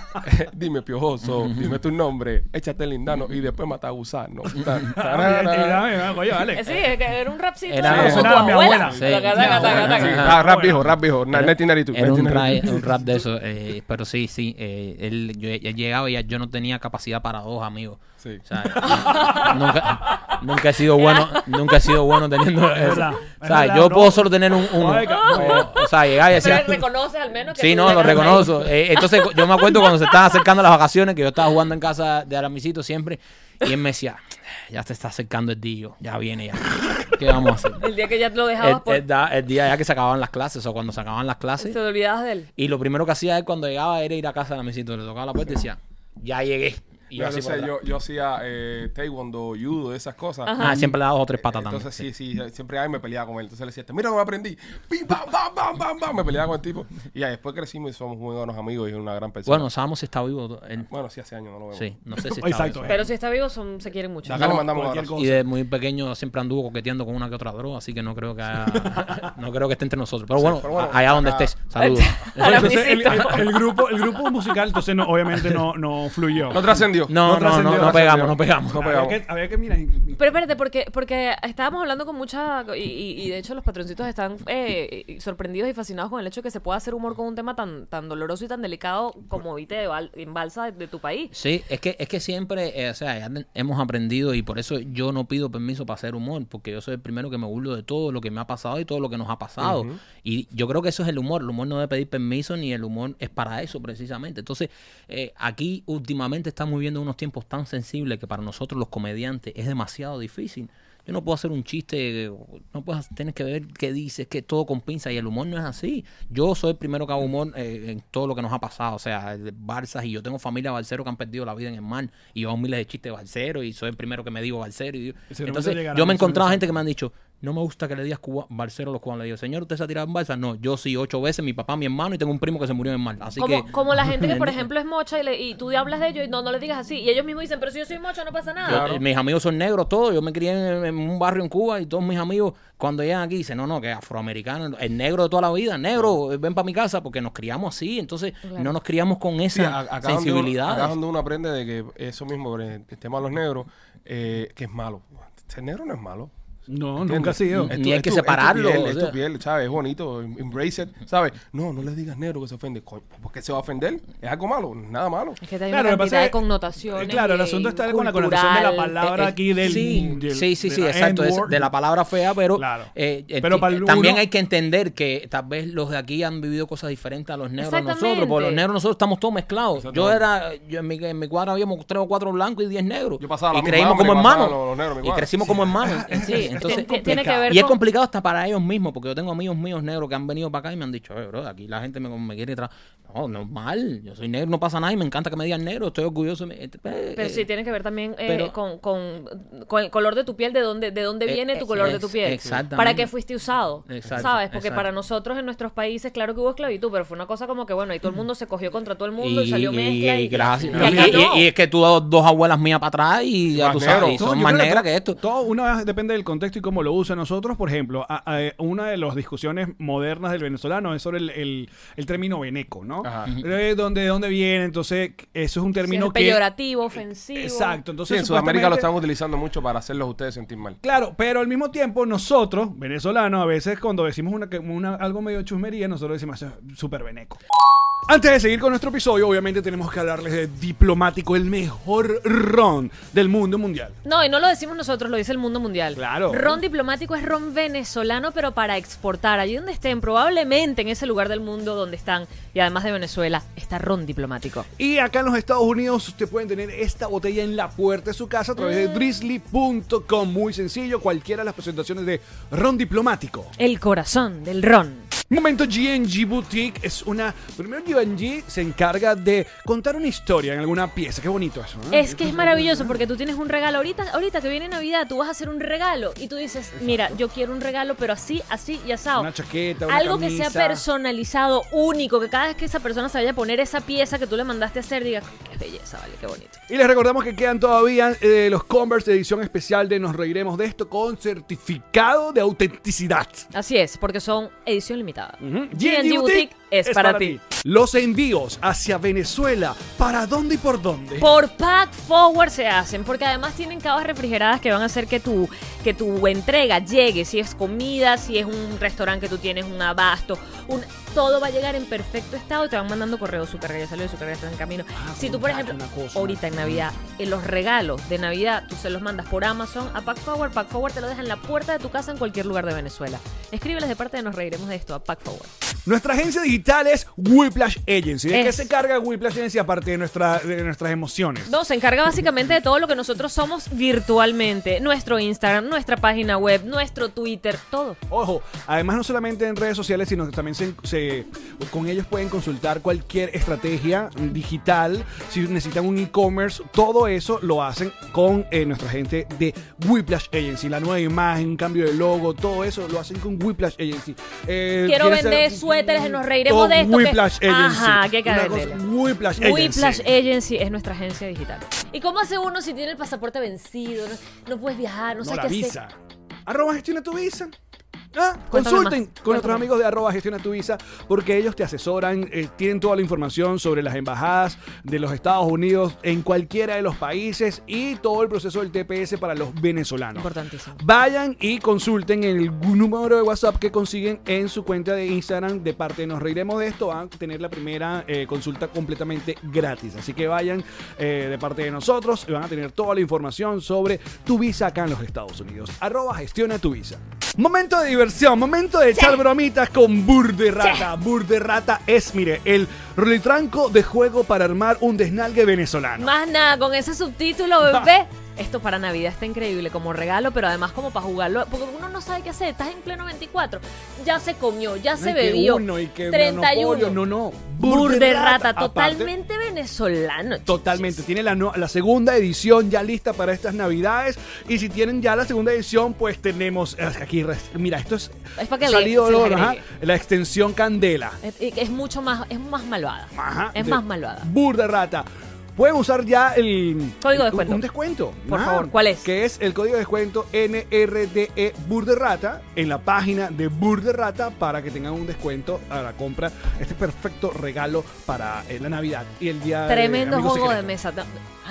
S1: *laughs* dime piojoso, dime tu nombre, échate el lindano y después mata a gusano. Tan,
S5: Ah, mira,
S1: tarara.
S5: mira, mira, Oye, vale.
S6: Eh, Sí, es que era un rapcito.
S2: Era
S6: como
S2: como
S6: tu
S5: sonaba mi
S6: abuela.
S5: abuela.
S2: Sí.
S6: Taca, taca, taca,
S1: Sí,
S6: taca.
S1: ah, rap viejo, rap viejo. Na-
S2: Era-
S1: 1992,
S2: Era un
S1: 1992.
S2: rap, un rap de eso. eh, pero sí, sí. eh, él, yo, él llegaba y ya yo no tenía capacidad para dos amigos.
S1: Sí.
S2: O sea, eh, nunca, nunca he sido bueno, nunca he sido bueno teniendo eso.
S5: verdad,
S2: o
S5: es
S2: sea,
S5: verdad,
S2: yo
S5: no.
S2: puedo solo tener un, uno.
S5: Oiga,
S2: Pero, o sea, llegaba y decía.
S6: Pero reconoces al menos que
S2: Sí,
S6: tú
S2: no, lo
S6: llegaste ahí. *laughs*
S2: reconozco. Eh, entonces, yo me acuerdo cuando se estaban acercando las vacaciones, que yo estaba jugando en casa de Aramisito siempre, y él me decía, ya te está acercando el día, ya viene ya. ¿Qué vamos a hacer?
S6: *laughs* El día que ya te lo
S2: El,
S6: dejabas por...
S2: el Eh, da- el día ya que se acababan las clases, o cuando se acababan las
S6: Se
S2: clases.
S6: te olvidabas de él.
S2: Y lo primero que hacía él cuando llegaba era ir a casa de Aramisito, le tocaba la puerta y decía, ya llegué. Y yo
S1: Pero
S2: así por
S1: entonces
S2: atrás.
S1: yo, yo hacía eh, taekwondo, judo, esas cosas.
S2: Ah, siempre le daba dos o tres patas también.
S1: Entonces sí, sí, siempre ahí me peleaba con él. Entonces le decía, este, mira cómo aprendí. Pim, pam, pam, pam, pam, pam. Me peleaba con el tipo. Y ya después crecimos y somos muy buenos amigos y es una gran persona.
S2: Bueno, sabemos si está vivo. él.
S1: bueno sí, hace años no lo vemos.
S2: Sí, no sé si está
S5: Exacto.
S2: vivo.
S6: Pero si está vivo, son, se quieren mucho.
S1: Acá le
S5: No,
S1: mandamos
S5: cualquier
S1: abrazos.
S2: Y de muy pequeño siempre anduvo coqueteando con una que otra droga, así que no creo que haya- *laughs* no creo que esté entre nosotros. Pero bueno,
S1: pero bueno,
S2: allá donde
S1: acá-
S2: estés, saludos. *laughs*
S6: Ahora
S5: Entonces, el,
S6: visito.
S5: el- el grupo, el grupo musical, entonces no, obviamente no, no fluyó.
S1: No trascendió.
S2: No, no, no, no pegamos, no pegamos.
S1: No
S5: había,
S1: pegamos.
S5: que, había que mirar.
S6: Pero espérate, porque, porque estábamos hablando con mucha... Y, y- y de hecho los patroncitos están eh, sorprendidos y fascinados con el hecho de que se pueda hacer humor con un tema tan, tan doloroso y tan delicado como viste de bal- en balsa de, de tu país.
S2: Sí, es que, es que siempre, eh, o sea, ya hemos aprendido y por eso yo no pido permiso para hacer humor, porque yo soy el primero que me burlo de todo lo que me ha pasado y todo lo que nos ha pasado. Y yo creo que eso es el humor, el humor no debe pedir permiso ni el humor es para eso precisamente. Entonces, eh, aquí últimamente estamos viviendo unos tiempos tan sensibles que para nosotros los comediantes es demasiado difícil. Yo no puedo hacer un chiste, eh, no puedes, tienes que ver qué dices, que todo con pinza y el humor no es así. Yo soy el primero que hago humor eh, en todo lo que nos ha pasado, o sea, de Barzas y yo tengo familia Barcero que han perdido la vida en el mar y yo hago miles de chistes de Barcero y soy el primero que me digo Barcero. Y digo-
S5: Seguramente
S2: Entonces,
S5: llegará
S2: yo me he
S5: más o menos
S2: encontrado
S5: así.
S2: gente que me han dicho, no me gusta que le digas Cuba, Barcero a los cubanos. Le digo, señor, ¿usted se ha tirado en balsa? No, yo sí ocho veces, mi papá, mi hermano y tengo un primo que se murió en el mar. Así
S6: Como,
S2: que...
S6: como la
S2: *laughs*
S6: gente que, por ejemplo, es mocha y, le- y tú hablas de ellos y no, no le digas así. Y ellos mismos dicen, pero si yo soy mocha, no pasa nada.
S2: Yo- eh, mis amigos son negros todos. Yo me crié en, en un barrio en Cuba y todos mis amigos cuando llegan aquí dicen, no, no, que afroamericano, el negro de toda la vida, negro, eh, ven para mi casa porque nos criamos así. Entonces no nos criamos con
S1: Sí, a-
S2: esa
S1: acá donde uno-
S2: sensibilidad.
S1: acá donde uno aprende de que eso mismo, por el tema de los negros, eh, que es malo. Ser negro no es malo.
S5: No,
S1: ¿Entiendes?
S5: nunca ha sido.
S1: Es tu-
S2: Ni hay
S1: es
S2: que
S1: tu-
S2: separarlo,
S1: Es tu, piel,
S2: o
S1: es tu
S2: sea.
S1: piel, ¿sabes? Es bonito, em- embrace it, ¿sabes? No, no le digas negro que se ofende. Coño, ¿por qué se va a ofender? ¿Es algo malo? Nada malo.
S6: Es que hay
S5: Claro,
S6: una
S5: lo que
S6: cantidad
S5: pasa
S6: de
S5: es-
S6: connotaciones.
S5: claro, el
S6: y-
S5: asunto
S6: y
S5: está con la connotación de la
S6: cultural.
S5: palabra
S2: Eh, eh,
S5: aquí del.
S2: sí,
S5: del-
S2: sí, sí,
S5: de
S2: sí,
S5: la
S2: exacto. es
S5: N-word.
S2: de la palabra fea, pero,
S5: Claro.
S2: eh, eh,
S5: Pero
S2: ti-
S5: para el
S2: también
S5: uno-
S2: hay que entender que tal vez los de aquí han vivido cosas diferentes a los negros a nosotros, porque los
S6: Exactamente.
S2: negros nosotros estamos todos mezclados. Yo era, yo en mi, en mi cuadra habíamos tres o cuatro blancos y diez negros.
S1: Yo pasaba la
S2: y
S1: misma
S2: creímos
S1: hambre,
S2: como
S1: pasaban
S2: hermanos.
S1: los- los negros en mi
S2: y
S1: cuadra.
S2: crecimos como hermanos. Sí,
S6: Sí,
S2: entonces,
S6: ti- ti- tiene que ver
S2: y es
S6: con-
S2: complicado hasta para ellos mismos, porque yo tengo amigos míos negros que han venido para acá y me han dicho, "Eh, bro, aquí la gente me, me quiere tra No, normal, yo soy negro, no pasa nada y me encanta que me digan negro, estoy orgulloso. me- eh, eh,
S6: Pero sí, tiene que ver también eh,
S2: pero-
S6: con, con, con el color de tu piel, de dónde, de dónde
S2: Eh,
S6: viene tu
S2: ex-
S6: color de
S2: ex-
S6: tu piel.
S2: exactamente.
S6: Para qué fuiste usado.
S2: Exacto,
S6: ¿Sabes? Porque
S2: exacto.
S6: para nosotros en nuestros países, claro que hubo esclavitud, pero fue una cosa como que, bueno, ahí todo el mundo se cogió contra todo el mundo y, salió mezcla.
S2: y-
S6: Y,
S2: y gracias.
S6: y
S2: Y-
S6: acá
S2: y-
S6: no.
S2: y- y es que tú dos, dos abuelas mías para atrás y ya
S1: Más
S2: tú sabes,
S1: negro.
S2: y
S5: Todo,
S2: son
S5: yo
S2: más
S5: creo
S2: negras
S5: to-
S2: que esto.
S5: Todo, una vez depende del contexto y cómo lo usa. Nosotros, por ejemplo, a- a- una de las discusiones modernas del venezolano es sobre el, el- el término veneco, ¿no?
S1: Ajá.
S5: Eh, ¿dónde, ¿De dónde viene? Entonces, eso es un
S6: Sí,
S5: término
S6: es
S5: que...
S6: peyorativo, ofensivo.
S5: Exacto.
S1: Sí,
S5: Entonces,
S1: en Sudamérica lo
S5: supuestamente-
S1: están utilizando mucho para hacerlos a ustedes sentir mal.
S5: Claro, pero al mismo tiempo nosotros, venezolanos, a veces cuando decimos una, que- una- algo medio chusmería, nosotros decimos "Ah, "Eso es súper veneco. Antes de seguir con nuestro episodio, obviamente tenemos que hablarles de Diplomático, el mejor ron del mundo mundial.
S6: No, y no lo decimos nosotros, lo dice el mundo mundial.
S5: Claro.
S6: Ron diplomático es ron venezolano, pero para exportar. Allí donde estén, probablemente en ese lugar del mundo donde están, y además de Venezuela, está ron diplomático.
S5: Y acá en los Estados Unidos usted pueden tener esta botella en la puerta de su casa a través de drizzly.com. Muy sencillo, cualquiera de las presentaciones de Ron Diplomático.
S6: El corazón del ron.
S5: Ah, Momento GNG Boutique es una... Primero GNG se encarga de contar una historia en alguna pieza. Qué bonito eso. ¿eh?
S6: Es que es maravilloso porque tú tienes un regalo. Ahorita, ahorita que viene Navidad, tú vas a hacer un regalo y tú dices, mira, yo quiero un regalo, pero así, así y asado.
S5: Una chaqueta, una
S6: Algo que
S5: camisa.
S6: sea personalizado, único, que cada vez que esa persona se vaya a poner esa pieza que tú le mandaste a hacer, diga, qué belleza, vale, qué bonito.
S5: Y les recordamos que quedan todavía eh, los Converse de edición especial de Nos Reiremos de esto con certificado de autenticidad.
S6: Así es, porque son edición limitada.
S5: G&G
S6: G&G Boutique es para ti.
S5: Los envíos hacia Venezuela, ¿para dónde y por dónde?
S6: Por pack forward se hacen, porque además tienen cavas refrigeradas que van a hacer que tu, que tu entrega llegue, si es comida, si es un restaurante que tú tienes, un abasto, un, todo va a llegar en perfecto estado y te van mandando correos, su carga ya salió, su carga está en camino. si tú, por ejemplo, ahorita en Navidad, en los regalos de Navidad, tú se los mandas por Amazon a Pack Forward, Pack Forward te lo deja en la puerta de tu casa en cualquier lugar de Venezuela. Escríbeles de parte de Nos Reiremos de esto a Pack Forward.
S5: Nuestra agencia digital es Whiplash Agency. ¿De qué
S6: Es.
S5: se carga Whiplash Agency aparte de, nuestra, de nuestras emociones?
S6: No, se encarga básicamente de todo lo que nosotros somos virtualmente. Nuestro Instagram, nuestra página web, nuestro Twitter, todo.
S5: Ojo, además no solamente en redes sociales, sino que también se, se- con ellos pueden consultar cualquier estrategia digital. Si necesitan un e-commerce, todo eso lo hacen con eh, nuestra gente de Whiplash Agency. La nueva imagen, cambio de logo, todo eso lo hacen con Whiplash Agency. Eh,
S6: Quiero
S5: ¿quieres
S6: vender
S5: ser-
S6: suéteres, nos reiremos
S5: Todo
S6: de esto, que-
S5: Whiplash Agency.
S6: Ajá, que hay que
S5: Una
S6: venderlo.
S5: cosa, Whiplash Agency.
S6: Whiplash Agency es nuestra agencia digital. ¿Y cómo hace uno si tiene el pasaporte vencido? No, no puedes viajar, no,
S5: No,
S6: sabes
S5: la
S6: qué
S5: visa.
S6: hacer.
S5: Arroba gestiona tu visa. Ah,
S6: Cuéntame
S5: consulten con
S6: más, cuéntame
S5: nuestros
S6: más.
S5: amigos de arroba gestiona tu visa porque ellos te asesoran, eh, tienen toda la información sobre las embajadas de los Estados Unidos en cualquiera de los países y todo el proceso del TPS para los venezolanos.
S6: Importantísimo.
S5: Vayan y consulten el número de WhatsApp que consiguen en su cuenta de Instagram. De parte de Nos Reiremos de esto, van a tener la primera eh, consulta completamente gratis. Así que vayan eh, de parte de nosotros y van a tener toda la información sobre tu visa acá en los Estados Unidos. Arroba gestiona tu visa. Momento de diversión, momento de echar bromitas con Burde Rata. Burde Rata es, mire, el rolitranco de juego para armar un desnalgue venezolano.
S6: Más nada, con ese subtítulo, bebé. Esto para Navidad está increíble como regalo, pero además como para jugarlo, porque uno no sabe qué hacer, estás en pleno 24, ya se comió, ya se
S5: Ay, que
S6: bebió.
S5: uno y que
S6: 31.
S5: monopolio, No, no.
S6: Bur de rata,
S5: Aparte,
S6: totalmente venezolano. chico.
S5: Totalmente, tiene la, no- la segunda edición ya lista para estas navidades y si tienen ya la segunda edición pues tenemos eh, aquí, res- mira esto es,
S6: Es para que le-
S5: salido
S6: se
S5: de
S6: les
S5: oro, ajá,
S6: agregue.
S5: la extensión Candela.
S6: Es, es mucho más, es más malvada.
S5: Ajá,
S6: es
S5: de
S6: más malvada.
S5: Bur de rata. Pueden usar ya el
S6: Código de
S5: el-
S6: descuento.
S5: Un descuento.
S6: Por
S5: ajá,
S6: favor, ¿cuál es?
S5: Que es el código de descuento NRDE Bur de E Rata en la página de Bur de Rata para que tengan un descuento a la compra. Este perfecto regalo para eh, la Navidad y el día de
S6: Tremendo
S5: Amigo
S6: juego de
S5: Secreto.
S6: mesa. No,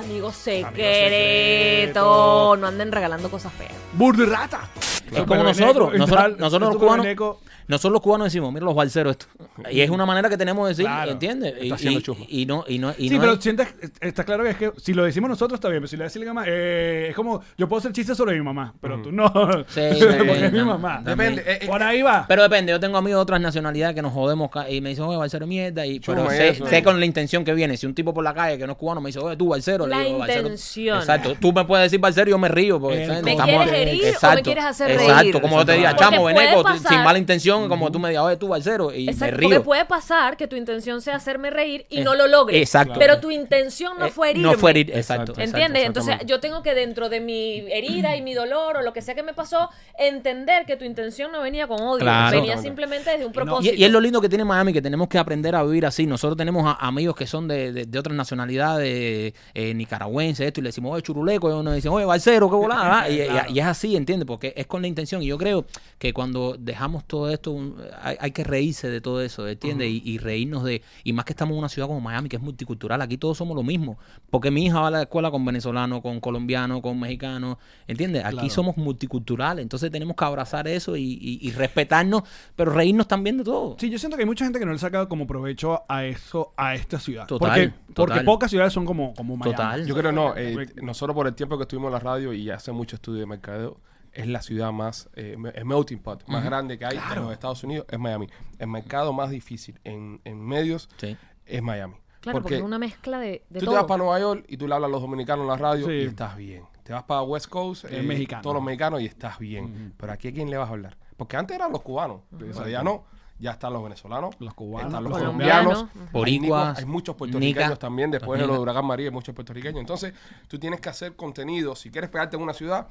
S6: Amigo secreto.
S5: secreto.
S6: No anden regalando cosas feas.
S5: Bur de Rata.
S2: Es como nosotros. Nosotros, nosotros los cubanos.
S5: Eco,
S2: Nosotros los cubanos decimos, mira los balseros esto. Y es una manera que tenemos de decir,
S5: Claro.
S2: ¿entiendes?
S1: Está
S2: Y,
S1: haciendo
S2: y-
S1: chusma.
S2: y no, y no, y
S5: sí,
S2: no
S5: pero
S2: es-
S5: sientes, está claro que es que si lo decimos nosotros está bien, pero si lo decís la mamá, eh, es como, yo puedo hacer chistes sobre mi mamá, pero tú no. *laughs*
S2: Sí,
S5: porque es mi
S2: también,
S5: mamá.
S2: también.
S1: Depende, eh, eh,
S5: Por ahí va.
S2: Pero depende, yo tengo amigos de otras nacionalidades que nos jodemos ca- y me dicen, oye, balsero mierda. Y,
S1: Chuma,
S2: pero sé,
S1: eso,
S2: sé
S1: eh.
S2: con la intención que viene. Si un tipo por la calle que no es cubano me dice, oye, tú, balsero. le
S6: La
S2: digo, "Balsero".
S6: intención.
S2: Exacto. Tú me puedes decir balsero y yo me río. Porque,
S5: El
S2: ¿sabes?
S5: ¿Me
S2: Estamos-
S6: quieres herir o me quieres hacer
S2: Exacto.
S6: reír?
S2: Como yo te diga,
S5: Porque
S2: chamo,
S6: puede
S2: veneco, tú-
S6: pasar-
S2: sin mala intención, como tú me digas, oye, tú, balsero. Y
S6: Exacto,
S2: me
S6: porque
S2: río.
S6: puede pasar que tu intención sea hacerme reír y
S2: Eh,
S6: no lo logres.
S2: exacto.
S6: Pero tu intención no
S2: Eh,
S6: fue herir.
S2: No fue herir, exacto.
S1: Exacto.
S6: ¿Entiendes? Entonces
S1: exactamente.
S6: yo tengo que dentro de mi herida y mi dolor o lo que sea que me pasó, entender que tu intención no venía con odio,
S2: Claro.
S6: venía simplemente desde un propósito.
S2: Y, y es lo lindo que tiene Miami, que tenemos que aprender a vivir así. Nosotros tenemos a- amigos que son de, de- de otras nacionalidades, eh, nicaragüenses, esto, y le decimos, oye, churuleco, y uno dice, oye, balsero, qué volada. y, y- y es así, ¿entiendes? Porque es con la intención. Y yo creo que cuando dejamos todo esto, un- hay, hay que reírse de todo eso, ¿entiendes? y, y reírnos de. Y más que estamos en una ciudad como Miami, que es multicultural, aquí todos somos lo mismo. Porque mi hija va a la escuela con venezolano, con colombiano, con mexicano, ¿entiendes? Aquí somos multiculturales, entonces tenemos que abrazar eso y, y- y respetarnos, pero reírnos también de todo.
S5: Sí, yo siento que hay mucha gente que no le saca como provecho a eso, a esta ciudad.
S2: Total,
S5: porque, porque
S2: total.
S5: pocas ciudades son como, como Miami.
S2: Total.
S1: Yo creo no. eh,
S5: Rick.
S1: nosotros por el tiempo que estuvimos en la radio y hace mucho estudio de mercadeo, es la ciudad más, eh, me- el melting pot más grande que hay en los Estados Unidos es Miami. El mercado más difícil en, en medios
S2: Sí.
S1: es Miami.
S6: Claro, porque, es una mezcla de, de
S1: tú
S6: todo.
S1: te vas para Nueva York y tú le hablas a los dominicanos en la radio
S5: Sí.
S1: y estás bien. Te vas para West Coast, eh,
S5: Es mexicano.
S1: todos los mexicanos y estás bien. Pero aquí a quién le vas a hablar. Porque antes eran los cubanos, pero ya no. Ya están los venezolanos,
S5: Los cubanos,
S1: están los
S6: colombianos,
S1: colombianos,
S6: ujú.
S1: hay
S2: Boricuas,
S1: nicos, hay muchos puertorriqueños
S2: nicas,
S1: también después
S2: los
S1: de lo de
S2: nicas.
S1: Huracán María, hay muchos puertorriqueños. Entonces, tú tienes que hacer contenido. Si quieres pegarte en una ciudad,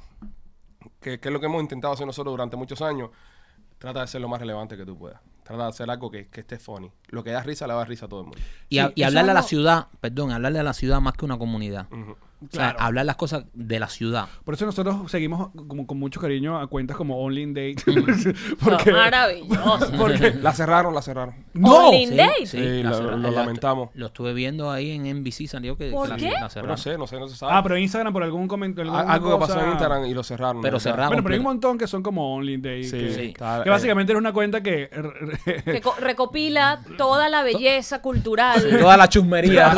S1: que, que es lo que hemos intentado hacer nosotros durante muchos años, trata de ser lo más relevante que tú puedas. Trata de hacer algo que, que esté funny. Lo que da risa le va a dar risa a todo el mundo.
S2: Y, a-
S5: Sí,
S2: y
S5: eso
S2: hablarle a la
S5: no-
S2: ciudad, perdón, hablarle a la ciudad más que una comunidad. O sea,
S5: Claro.
S2: hablar las cosas de la ciudad.
S5: Por eso nosotros seguimos como con mucho cariño a cuentas como Only in Date. *laughs* porque,
S2: *laughs*
S6: Oh, maravilloso.
S5: porque
S1: La cerraron, la cerraron.
S5: ¡No!
S6: Only in Date.
S1: Sí,
S2: la
S1: lo-
S2: cerra-
S1: lo
S2: la-
S1: lamentamos.
S2: Lo estuve viendo ahí en NBC, salió que
S6: ¿Por
S2: la-
S6: qué?
S2: la cerraron.
S1: No
S2: *laughs*
S1: sé, no sé, no se sabe.
S5: Ah, pero Instagram por algún comentario.
S1: A- Ah, Algo que pasó en Instagram y lo cerraron.
S2: Pero
S1: ¿no?
S2: cerraron.
S5: Bueno, pero hay un
S2: completa.
S5: montón que son como Only in Date.
S1: Sí,
S5: que,
S1: sí.
S5: que básicamente era una cuenta que. *laughs*
S6: Que co- recopila toda la belleza cultural.
S2: Toda la chusmería.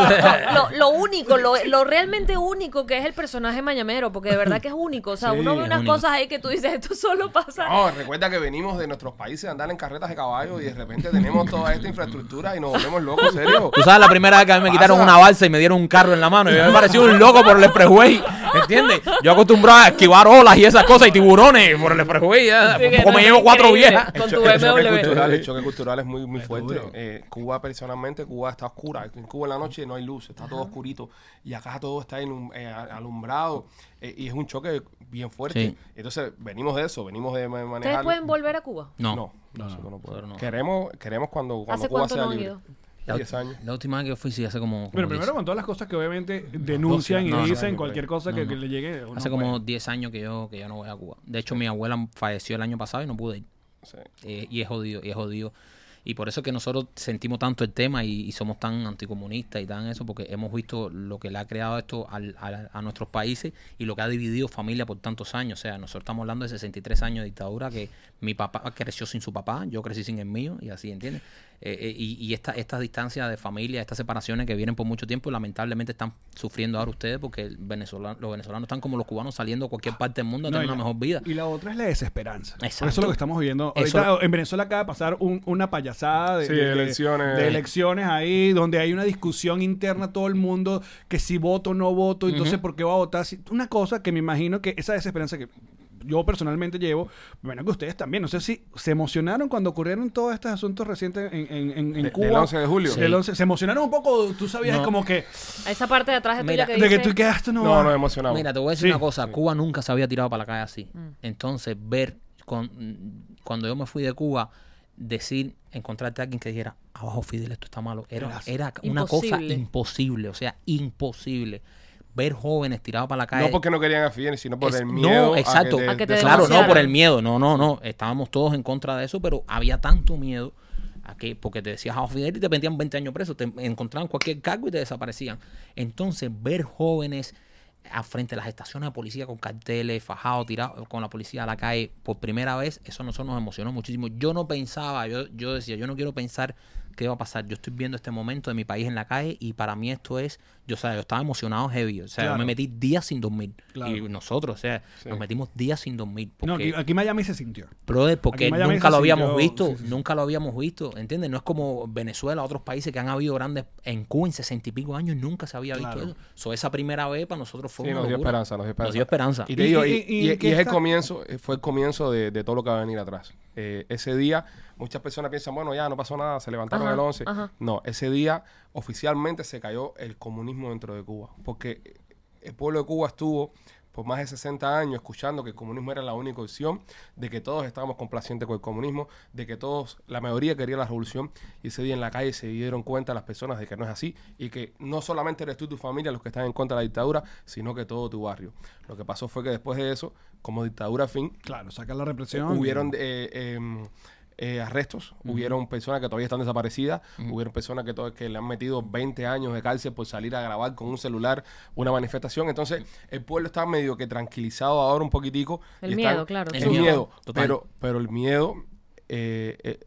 S6: *laughs*
S2: *laughs*
S6: lo, lo único, lo, lo realmente único que es el personaje mañamero, porque de verdad que es único. O sea,
S1: Sí,
S6: uno ve
S1: es
S6: unas
S2: único.
S6: cosas ahí que tú dices, esto solo pasa.
S1: No, recuerda que venimos de nuestros países a andar en carretas de caballo y de repente tenemos toda esta infraestructura y nos volvemos locos, serio.
S2: *laughs* Tú sabes, la primera vez que a mí me quitaron
S1: Pasa.
S2: una balsa y me dieron un carro en la mano, y yo me parecí un loco por el expressway, ¿entiendes? Yo acostumbraba a esquivar olas y esas cosas y tiburones por el expressway, ya,
S6: Sí, que
S2: poco
S6: no,
S2: me
S6: es
S2: llevo cuatro
S6: increíble.
S2: viejas.
S6: Con
S1: El
S6: tu
S1: cho- el choque cultural,
S6: BMW.
S1: el choque cultural es muy, muy fuerte.
S5: duro.
S1: Eh, Cuba, personalmente, Cuba está oscura. En Cuba en la noche no hay luz, está todo oscurito. Y acá todo está ilum- eh, a- alumbrado. eh, y es un choque bien fuerte.
S2: Sí.
S1: Entonces, venimos de eso, venimos de ma- manejar.
S6: Ustedes pueden volver a Cuba.
S1: No,
S2: No.
S1: nosotros no podemos.
S2: nosotros no.
S1: Queremos, queremos cuando, cuando
S6: ¿Hace
S1: Cuba
S6: cuánto
S1: sea
S6: no han
S1: libre.
S6: ido?
S2: La,
S1: 10 años.
S2: la última vez que fui, sí, hace como... como
S5: Bueno,
S2: diez-
S5: primero con todas las cosas que obviamente denuncian
S1: no,
S5: y
S1: no,
S5: dicen
S1: no,
S5: cualquier cosa que, que le llegue. uno pues.
S2: Hace como
S5: puede.
S2: 10 años que yo, que yo no voy a Cuba. De hecho, mi abuela falleció el año pasado y no pude ir.
S1: Sí.
S2: Eh, y es jodido, y es jodido. Y por eso es que nosotros sentimos tanto el tema y, y somos tan anticomunistas y tan eso, porque hemos visto lo que le ha creado esto al- al- a nuestros países y lo que ha dividido familia por tantos años. O sea, nosotros estamos hablando de 63 años de dictadura, que mi papá creció sin su papá, yo crecí sin el mío, y así, ¿entiendes? Eh, eh, y y esta- estas distancias de familia, estas separaciones que vienen por mucho tiempo, lamentablemente están sufriendo ahora ustedes porque el venezolano- los venezolanos están como los cubanos saliendo a cualquier parte del mundo a
S5: Ah, No, y
S2: tener una
S5: la-
S2: mejor vida.
S5: Y la otra es la desesperanza. Por Eso es
S2: Exacto.
S5: lo que estamos viviendo.
S2: Eso
S5: Ahorita
S2: lo-
S5: en Venezuela acaba de pasar un- una payasada de,
S1: Sí, de elecciones.
S5: de elecciones ahí, donde hay una discusión interna todo el mundo que si voto o no voto, entonces por qué va a votar. Si- Una cosa que me imagino que esa desesperanza que yo personalmente llevo, bueno, que ustedes también, no sé si se emocionaron cuando ocurrieron todos estos asuntos recientes en, en- en- en
S1: De-
S5: Cuba.
S1: del 11 de julio.
S5: Del 11, se emocionaron un poco, tú sabías
S2: No.
S5: como que...
S6: A esa parte de atrás de
S2: Mira,
S6: tuya que
S5: De
S6: dice,
S5: que tú quedaste no,
S1: No,
S5: va.
S1: no, emocionado.
S2: ah, Mira, te voy a decir
S5: Sí.
S2: una cosa. Cuba nunca se había tirado para la calle así. Entonces, ver con, cuando yo me fui de Cuba, decir, encontrarte a alguien que dijera, abajo Fidel, esto está malo. Era, era una cosa
S6: Imposible.
S2: imposible, o sea, imposible. Ver jóvenes tirados para la calle.
S1: no porque no querían a Fidel, sino por
S2: Es-
S1: el miedo.
S2: No, exacto.
S1: A que te-
S6: A que te
S2: claro, no, pues,
S6: denunciaran.
S2: por el miedo. No, no, no. Estábamos todos en contra de eso, pero había tanto miedo a que, porque te decías a Fidel y te metían 20 años preso, te encontraban cualquier cargo y te desaparecían. Entonces, ver jóvenes a frente a las estaciones de policía con carteles, fajado, tirado con la policía a la calle por primera vez, eso a nosotros nos emocionó muchísimo. Yo no pensaba, yo, yo decía, yo no quiero pensar qué va a pasar. Yo estoy viendo este momento de mi país en la calle y para mí esto es, yo, o sea, yo estaba emocionado heavy, o sea,
S5: Claro.
S2: yo me metí días sin dormir.
S5: Claro.
S2: Y nosotros, o sea, nos metimos días sin dormir.
S5: No,
S2: porque-
S5: aquí, aquí Miami se sintió.
S2: Brother,
S5: Aquí
S2: porque
S5: en Miami
S2: nunca
S5: se
S2: lo habíamos
S5: sintió-
S2: visto,
S5: sí, sí, sí.
S2: nunca lo habíamos visto, ¿entiendes? No es como Venezuela, otros países que han habido grandes, en Cuba en sesenta y pico años nunca se había
S5: Claro.
S2: visto eso. So, esa primera vez para nosotros fue
S1: Sí,
S2: una
S1: nos dio
S2: locura.
S1: esperanza, nos dio esperanza.
S2: esperanza.
S1: Y te
S5: ¿Y-
S1: digo,
S5: y-
S1: y,
S5: y-
S1: y-
S5: en qué
S1: y es el
S5: está?
S1: comienzo, eh, fue el comienzo de, de todo lo que va a venir atrás. Eh, ese día, muchas personas piensan, bueno, ya no pasó nada, se levantaron
S6: Ajá,
S1: el 11.
S6: ajá.
S1: No, ese día oficialmente se cayó el comunismo dentro de Cuba, porque el pueblo de Cuba estuvo por más de 60 años escuchando que el comunismo era la única opción, de que todos estábamos complacientes con el comunismo, de que todos, la mayoría quería la revolución, y ese día en la calle se dieron cuenta las personas de que no es así, y que no solamente eres tú y tu familia los que están en contra de la dictadura, sino que todo tu barrio. Lo que pasó fue que después de eso, como dictadura fin,
S5: Claro, saca la represión.
S1: Hubieron eh, eh, eh, arrestos, hubieron personas que todavía están desaparecidas, hubieron personas que, to- que le han metido 20 años de cárcel por salir a grabar con un celular una manifestación. Entonces, el pueblo está medio que tranquilizado ahora un poquitico.
S6: El
S1: y
S6: miedo, claro.
S1: El
S2: El
S1: miedo,
S2: miedo, total.
S1: pero, pero el miedo, eh, eh,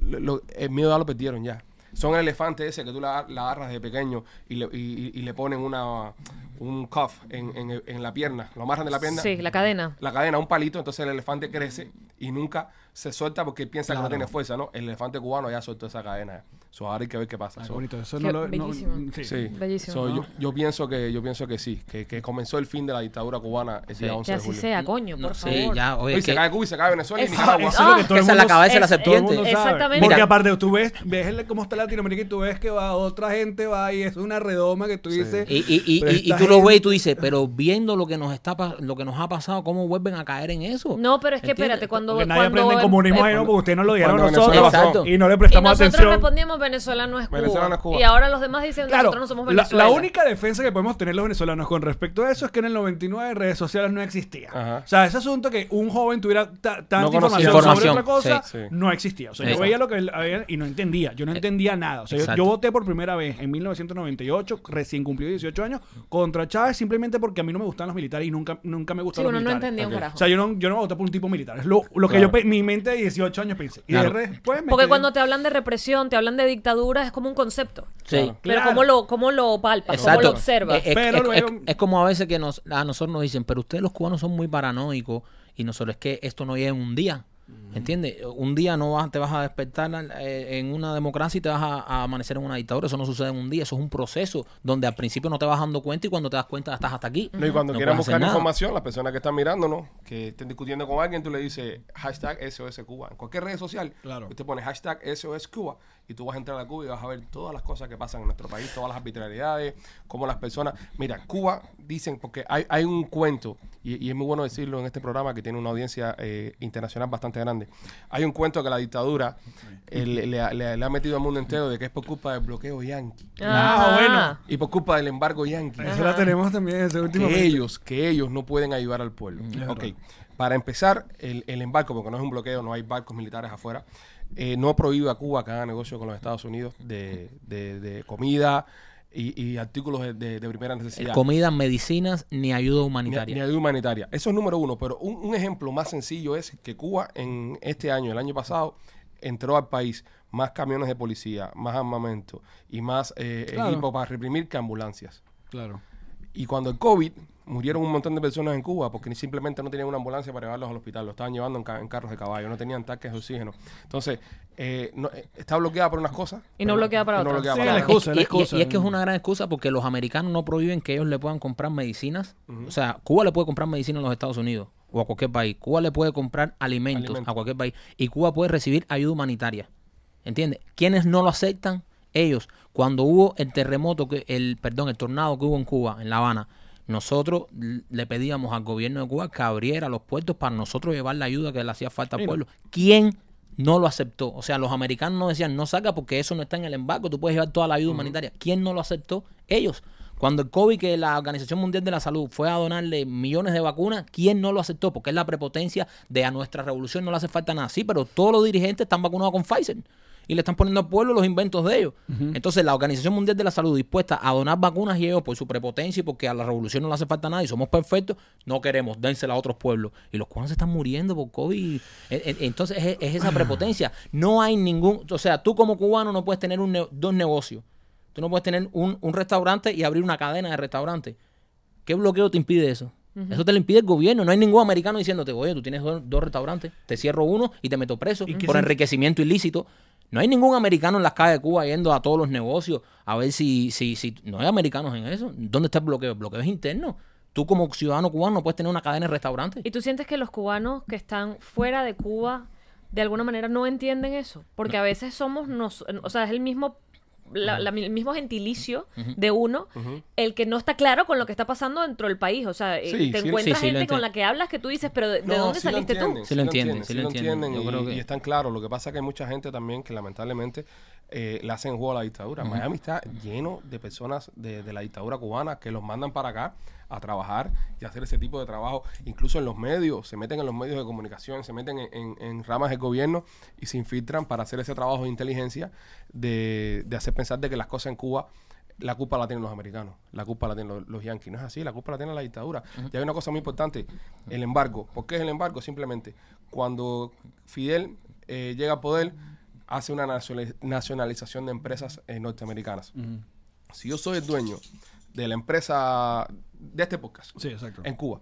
S1: lo- lo- el miedo ya lo perdieron ya. Son el elefante ese que tú la, la agarras de pequeño y le, y- y- y le ponen una, un cuff en, en- en la pierna, lo amarran de la pierna
S6: Sí, la cadena.
S1: la cadena, un palito, entonces el elefante crece y nunca se suelta porque piensa que no tiene fuerza, ¿no? El elefante cubano ya soltó esa cadena. So, ahora hay que ver qué pasa.
S5: Ah, qué
S1: So,
S5: bonito. Eso
S6: Qué
S5: no lo. no-
S6: bellísimo.
S5: sí.
S1: sí.
S6: Bellísimo.
S1: So,
S5: No.
S1: yo, yo pienso que yo pienso que sí, que, que comenzó el fin de la dictadura cubana el día 11
S6: Que
S1: de
S6: así
S1: julio.
S6: sea, coño,
S2: No,
S6: por
S2: sí,
S6: favor.
S2: ya, oye,
S1: Oye, se
S2: que-
S1: cae Cuba y se cae Venezuela y
S6: Eso-
S1: Nicaragua.
S5: eso es lo que todo
S2: esa
S5: el
S2: es la
S5: mundo-
S2: cabeza de la
S6: es- es-
S5: Todo el
S2: serpiente.
S5: mundo sabe.
S6: Exactamente.
S5: Porque
S2: Mira.
S5: aparte, tú ves, ves el- cómo está Latinoamérica y tú ves que va otra gente, va y es una redoma que tú dices.
S2: Y, y- y-
S5: pero
S2: y- y
S5: esta
S2: tú lo
S5: gente-
S2: ves y tú dices, pero viendo lo que nos está pa- lo que nos ha pasado, ¿cómo vuelven a caer en eso?
S6: No, pero es que
S2: ¿Entiendes?
S6: espérate, cuando.
S5: Porque nadie
S6: cuando eh,
S5: aprende el comunismo ahí, ¿no? Porque ustedes no lo dijeron a
S1: cuando
S5: nosotros.
S1: Venezuela
S2: pasó.
S5: Y no le
S6: y
S5: prestamos
S6: nosotros
S5: atención.
S6: respondíamos Venezuela no es Cuba.
S1: Venezuela no es Cuba.
S6: Y ahora los demás dicen
S5: Claro,
S6: nosotros no somos
S5: la-
S6: Venezuela.
S5: La, única defensa que podemos tener los venezolanos con respecto a eso es que en el 99 redes sociales no existía.
S1: Ajá.
S5: O sea, ese asunto que un joven tuviera ta- tanta
S1: No conocía.
S5: información,
S2: Información,
S5: sobre otra cosa
S1: sí. Sí.
S5: no existía. O sea, yo
S2: Exacto.
S5: veía lo que había y no entendía. Yo no
S6: Eh,
S5: entendía nada. O sea, yo- yo,
S2: Exacto.
S5: voté por primera vez en 1998, recién cumplido 18 años, contra Chávez simplemente porque a mí no me gustan los militares y nunca, nunca me
S6: Sí,
S5: gustaron
S6: uno
S5: los
S6: no
S5: militares.
S6: entendía un
S1: Ok.
S6: carajo.
S5: O sea, yo no, yo no voté por un tipo militar. Es lo, lo que
S1: Claro.
S5: yo pe- mi mente de 18 años pensé. Y
S2: Claro.
S5: de después me
S6: Porque
S5: quedé-
S6: cuando te hablan de represión, te hablan de dictadura, es como un concepto.
S2: Sí.
S1: Claro.
S6: Pero
S5: Claro.
S6: ¿cómo lo, cómo lo palpas? ¿Cómo lo
S2: Exacto. Eh,
S6: observas?
S2: Es, es-
S5: Pero
S2: es-
S5: luego-
S2: es- es como a veces que nos, a nosotros nos dicen, pero ustedes los cubanos son muy paranoicos y nosotros es que esto no llega en un día. ¿Entiendes? Un día no vas, te vas a despertar eh, en una democracia y te vas a, a amanecer en una dictadura. Eso no sucede en un día. Eso es un proceso donde al principio no te vas dando cuenta y cuando te das cuenta estás hasta aquí.
S1: No, y cuando quieran
S2: puedes hacer
S1: buscar
S2: nada.
S1: información, las personas que están mirándonos, que estén discutiendo con alguien, tú le dices hashtag SOS Cuba. En cualquier red social,
S5: Claro.
S1: usted pone hashtag SOS Cuba y tú vas a entrar a Cuba y vas a ver todas las cosas que pasan en nuestro país, todas las arbitrariedades, cómo las personas... Mira, Cuba, dicen, porque hay, hay un cuento, y, y es muy bueno decirlo en este programa que tiene una audiencia eh, internacional bastante grande, hay un cuento que la dictadura eh, le, le ha- le- le ha metido al mundo entero de que es por culpa del bloqueo yanqui
S2: eh,
S5: Ah, bueno.
S1: y por culpa del embargo yanqui
S5: Eso la tenemos también ese último
S1: que ellos, que ellos no pueden ayudar al pueblo. Ok, para empezar, el, el embarco, porque no es un bloqueo, no hay barcos militares afuera, eh, no prohíbe a Cuba que haga negocio con los Estados Unidos de, de- de comida y, y artículos de, de- de primera necesidad.
S2: Comida, medicinas, ni ayuda
S1: Ni-
S2: humanitaria.
S1: Ni, ayuda humanitaria. Eso es número uno, pero un, un ejemplo más sencillo es que Cuba en este año, el año pasado, entró al país más camiones de policía, más armamento y más eh,
S5: Claro.
S1: equipo para reprimir que ambulancias.
S5: Claro.
S1: Y cuando el COVID, murieron un montón de personas en Cuba porque ni- simplemente no tenían una ambulancia para llevarlos al hospital. Lo estaban llevando en, ca- en carros de caballo, no tenían tanques de oxígeno. Entonces, eh, no- eh, está bloqueada por unas cosas.
S6: Y no
S1: pero-
S6: bloqueada para
S1: y no
S6: otras.
S1: bloqueada
S5: Sí,
S1: para
S5: la
S1: otras.
S5: excusa,
S2: Y-
S5: la
S2: y-
S5: excusa.
S2: Y, es que es una gran excusa porque los americanos no prohíben que ellos le puedan comprar medicinas. O sea, Cuba le puede comprar medicina a los Estados Unidos o a cualquier país. Cuba le puede comprar alimentos
S1: Alimentos.
S2: a cualquier país. Y Cuba puede recibir ayuda humanitaria. ¿Entiendes? Quienes no lo aceptan, ellos. Cuando hubo el terremoto, que el perdón, el tornado que hubo en Cuba, en La Habana, nosotros l- le pedíamos al gobierno de Cuba que abriera los puertos para nosotros llevar la ayuda que le hacía falta al
S5: Mira.
S2: pueblo. ¿Quién no lo aceptó? O sea, los americanos no decían, no saca porque eso no está en el embarco, tú puedes llevar toda la ayuda humanitaria. ¿Quién no lo aceptó? Ellos. Cuando el COVID, que la Organización Mundial de la Salud fue a donarle millones de vacunas, ¿quién no lo aceptó? Porque es la prepotencia de a nuestra revolución no le hace falta nada. Sí, pero todos los dirigentes están vacunados con Pfizer. y le están poniendo al pueblo los inventos de ellos. Entonces, la Organización Mundial de la Salud dispuesta a donar vacunas y ellos por su prepotencia y porque a la revolución no le hace falta nada y somos perfectos, no queremos, dénsela a otros pueblos. Y los cubanos se están muriendo por COVID. E- e- Entonces, es, es esa prepotencia. No hay ningún, o sea, tú como cubano no puedes tener un ne- dos negocios. Tú no puedes tener un, un restaurante y abrir una cadena de restaurantes. ¿Qué bloqueo te impide eso? Eso te lo impide el gobierno. No hay ningún americano diciéndote, oye, tú tienes dos, dos restaurantes, te cierro uno y te meto preso
S5: ¿Y qué
S2: por
S5: sen-
S2: enriquecimiento ilícito. No hay ningún americano en las calles de Cuba yendo a todos los negocios a ver si, si, si... No hay americanos en eso. ¿Dónde está el bloqueo? El bloqueo es interno. Tú como ciudadano cubano no puedes tener una cadena de restaurantes.
S6: ¿Y tú sientes que los cubanos que están fuera de Cuba de alguna manera no entienden eso? Porque a veces somos, nos, o sea, es el mismo la- la- el mismo gentilicio de uno, el que no está claro con lo que está pasando dentro del país. O sea, eh,
S1: Sí,
S6: te
S1: sí, sí,
S6: encuentras
S2: sí, lo
S6: gente con
S2: enti-
S6: la que hablas que tú dices, pero ¿de, de
S1: No,
S6: dónde
S1: sí lo
S6: saliste tú?
S1: entienden,
S2: Sí lo entienden, sí lo entienden.
S1: entienden
S2: Yo creo
S1: y,
S2: que-
S1: y están claros. Lo que pasa es que hay mucha gente también que lamentablemente eh, le hacen juego a la dictadura. Miami está lleno de personas de, de la dictadura cubana que los mandan para acá a trabajar y hacer ese tipo de trabajo. Incluso en los medios, se meten en los medios de comunicación, se meten en, en- en ramas del gobierno y se infiltran para hacer ese trabajo de inteligencia de, de hacer pensar de que las cosas en Cuba la culpa la tienen los americanos, la culpa la tienen los, los yanquis. No es así, la culpa la tiene la dictadura. Y hay una cosa muy importante, el embargo. ¿Por qué es el embargo? Simplemente, cuando Fidel eh, llega al poder, hace una nacionali- nacionalización de empresas eh, norteamericanas. Si yo soy el dueño de la empresa de este podcast
S5: Sí, exacto.
S1: en Cuba,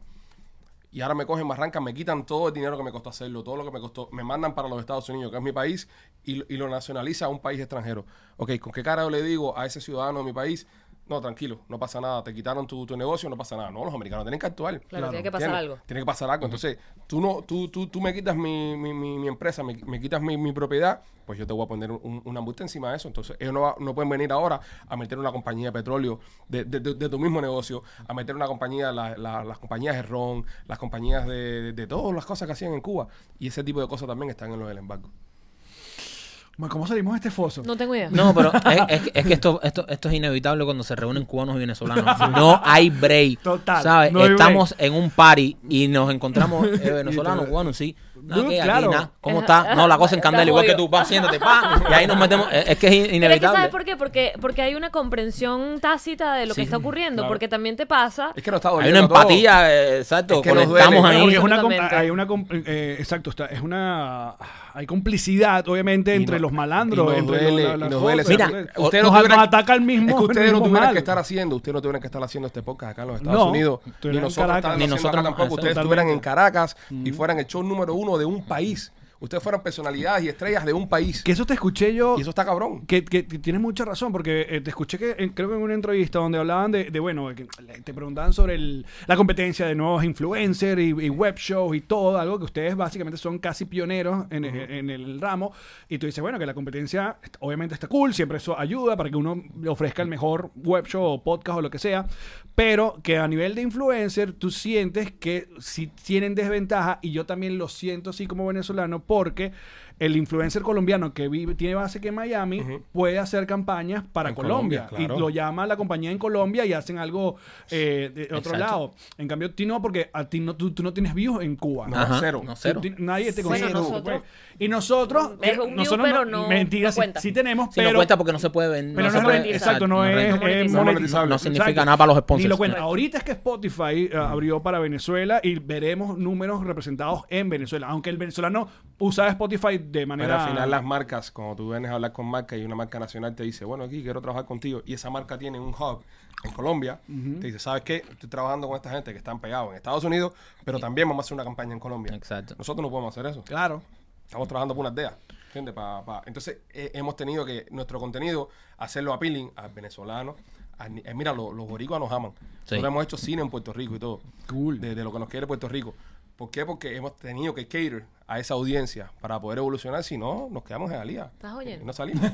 S1: y ahora me cogen, me arrancan, me quitan todo el dinero que me costó hacerlo, todo lo que me costó, me mandan para los Estados Unidos, que es mi país, y, lo- y lo nacionaliza a un país extranjero. Ok, ¿con qué cara yo le digo a ese ciudadano de mi país? No, tranquilo, no pasa nada, te quitaron tu, tu negocio, no pasa nada. No, los americanos tienen que actuar.
S6: Claro, tiene que pasar
S1: ¿entiendes?
S6: algo.
S1: Tiene que pasar algo. Entonces, tú no, tú, tú, tú me quitas mi, mi, mi, mi empresa, me, me quitas mi, mi propiedad, pues yo te voy a poner un- una multa encima de eso. Entonces, ellos no, va- no pueden venir ahora a meter una compañía de petróleo de, de- de- de tu mismo negocio, a meter una compañía, la- la- las compañías de ron, las compañías de, de, de todas las cosas que hacían en Cuba. Y ese tipo de cosas también están en lo del embargo.
S5: Ma, ¿Cómo salimos de este foso?
S6: No tengo idea.
S2: No, pero es, es que- es que esto, esto, esto es inevitable cuando se reúnen cubanos y venezolanos. No hay break.
S5: Total,
S2: ¿sabes?
S5: no hay
S2: Estamos en un party y nos encontramos eh, venezolanos, cubanos, sí. Nada
S5: No,
S2: que aquí,
S5: claro.
S2: nada. ¿Cómo está? No, la cosa en
S6: Está
S2: candela, igual que tú,
S6: jodido.
S2: vas siéntate, pa. Y ahí nos metemos. Es, es que es
S6: Pero es que ¿sabes
S2: inevitable.
S6: por qué? Porque, porque hay una comprensión tácita de lo
S2: Sí,
S6: que está ocurriendo,
S1: claro.
S6: porque también te pasa...
S1: Es que no está
S2: Hay una
S1: doliendo todo.
S2: empatía, eh, exacto.
S1: Es que nos duele,
S2: conectamos
S1: ¿no?
S2: ahí.
S5: Porque es una comp-
S6: Absolutamente.
S5: hay una comp- eh, exacto, está, es una hay complicidad obviamente
S1: Y
S5: entre
S1: no-
S5: los malandros,
S1: y nos
S5: entre
S1: duele,
S5: la- la-
S1: y
S5: las
S1: nos duele.
S5: cosas.
S2: Mira,
S5: Entonces,
S2: o-
S1: ustedes
S5: nos,
S1: no tuvieran-
S5: nos ataca el mismo.
S1: Es que ustedes no
S5: mismo
S1: tuvieran
S5: mal.
S1: que estar haciendo, ustedes no tuvieran que estar haciendo este podcast acá en los Estados
S5: No,
S1: Unidos. Ni
S5: estuvieran en
S1: nosotros,
S5: Caracas. Mm.
S1: están
S2: Ni
S1: haciendo
S2: nosotros,
S1: acá tampoco.
S2: exacto.
S1: Ustedes estuvieran en Caracas y fueran el show número uno de un país. Ustedes fueran personalidades y estrellas de un país.
S5: Que eso te escuché yo
S1: Y eso está cabrón.
S5: Que, que- que tienes mucha razón, porque eh, te escuché que en- creo que en una entrevista donde hablaban de, de, bueno, que le- te preguntaban sobre el- la competencia de nuevos influencers y, y web shows y todo, algo que ustedes básicamente son casi pioneros en, en el ramo. Y tú dices, bueno, que la competencia est- obviamente está cool, siempre eso ayuda para que uno le ofrezca el mejor web show o podcast o lo que sea, pero que a nivel de influencer tú sientes que si tienen desventaja, y yo también lo siento así como venezolano, porque el influencer colombiano que vive, tiene base que en Miami puede hacer campañas para
S1: En
S5: Colombia.
S1: Colombia, claro.
S5: Y lo llama la compañía en Colombia y hacen algo eh, de otro
S2: Exacto.
S5: lado. En cambio, ti no, porque a ti no, tú, tú no tienes views en Cuba.
S1: No,
S2: Ajá,
S1: cero.
S2: No, cero.
S5: Tú- ti- Nadie te
S6: Bueno,
S5: conoce.
S6: nosotros-
S5: pues. Y nosotros. eh,
S6: Es un view,
S5: nosotros
S6: pero no-
S5: Mentira,
S6: no
S5: sí-
S6: cuenta.
S5: sí, tenemos,
S2: Si
S5: pero.
S2: no cuenta porque no se puede vender.
S5: pero
S2: no
S5: no,
S2: se
S5: es
S2: puede-
S5: rentable,
S6: monetizar,
S5: exacto, no
S2: no
S5: es,
S2: renta.
S5: eh,
S6: No es
S1: monetizable.
S2: No significa
S5: Exacto.
S2: nada para los
S5: Ni
S2: sponsors.
S5: lo cuenta. Ahorita es que Spotify ah, abrió para Venezuela y veremos números representados en Venezuela. Aunque el venezolano usa Spotify de
S1: Pero
S5: manera.
S1: al final las marcas, cuando tú vienes a hablar con marcas y una marca nacional te dice, bueno, aquí quiero trabajar contigo, y esa marca tiene un hub en Colombia, te dice, ¿sabes qué? Estoy trabajando con esta gente que están pegados en Estados Unidos, pero también vamos a hacer una campaña en Colombia.
S2: Exacto.
S1: Nosotros no podemos hacer eso.
S5: Claro.
S1: Estamos trabajando por una aldea. ¿Entiendes? Pa- pa- Entonces, eh, hemos tenido que nuestro contenido hacerlo appealing al venezolano. a ni- eh, mira, lo- los boricuas nos aman.
S2: Sí.
S1: Nosotros hemos hecho cine en Puerto Rico y todo. De, de lo que nos quiere Puerto Rico. ¿Por qué? Porque hemos tenido que cater a esa audiencia para poder evolucionar. Si no, nos quedamos en Alía.
S6: ¿Estás oyendo?
S1: Y No salimos.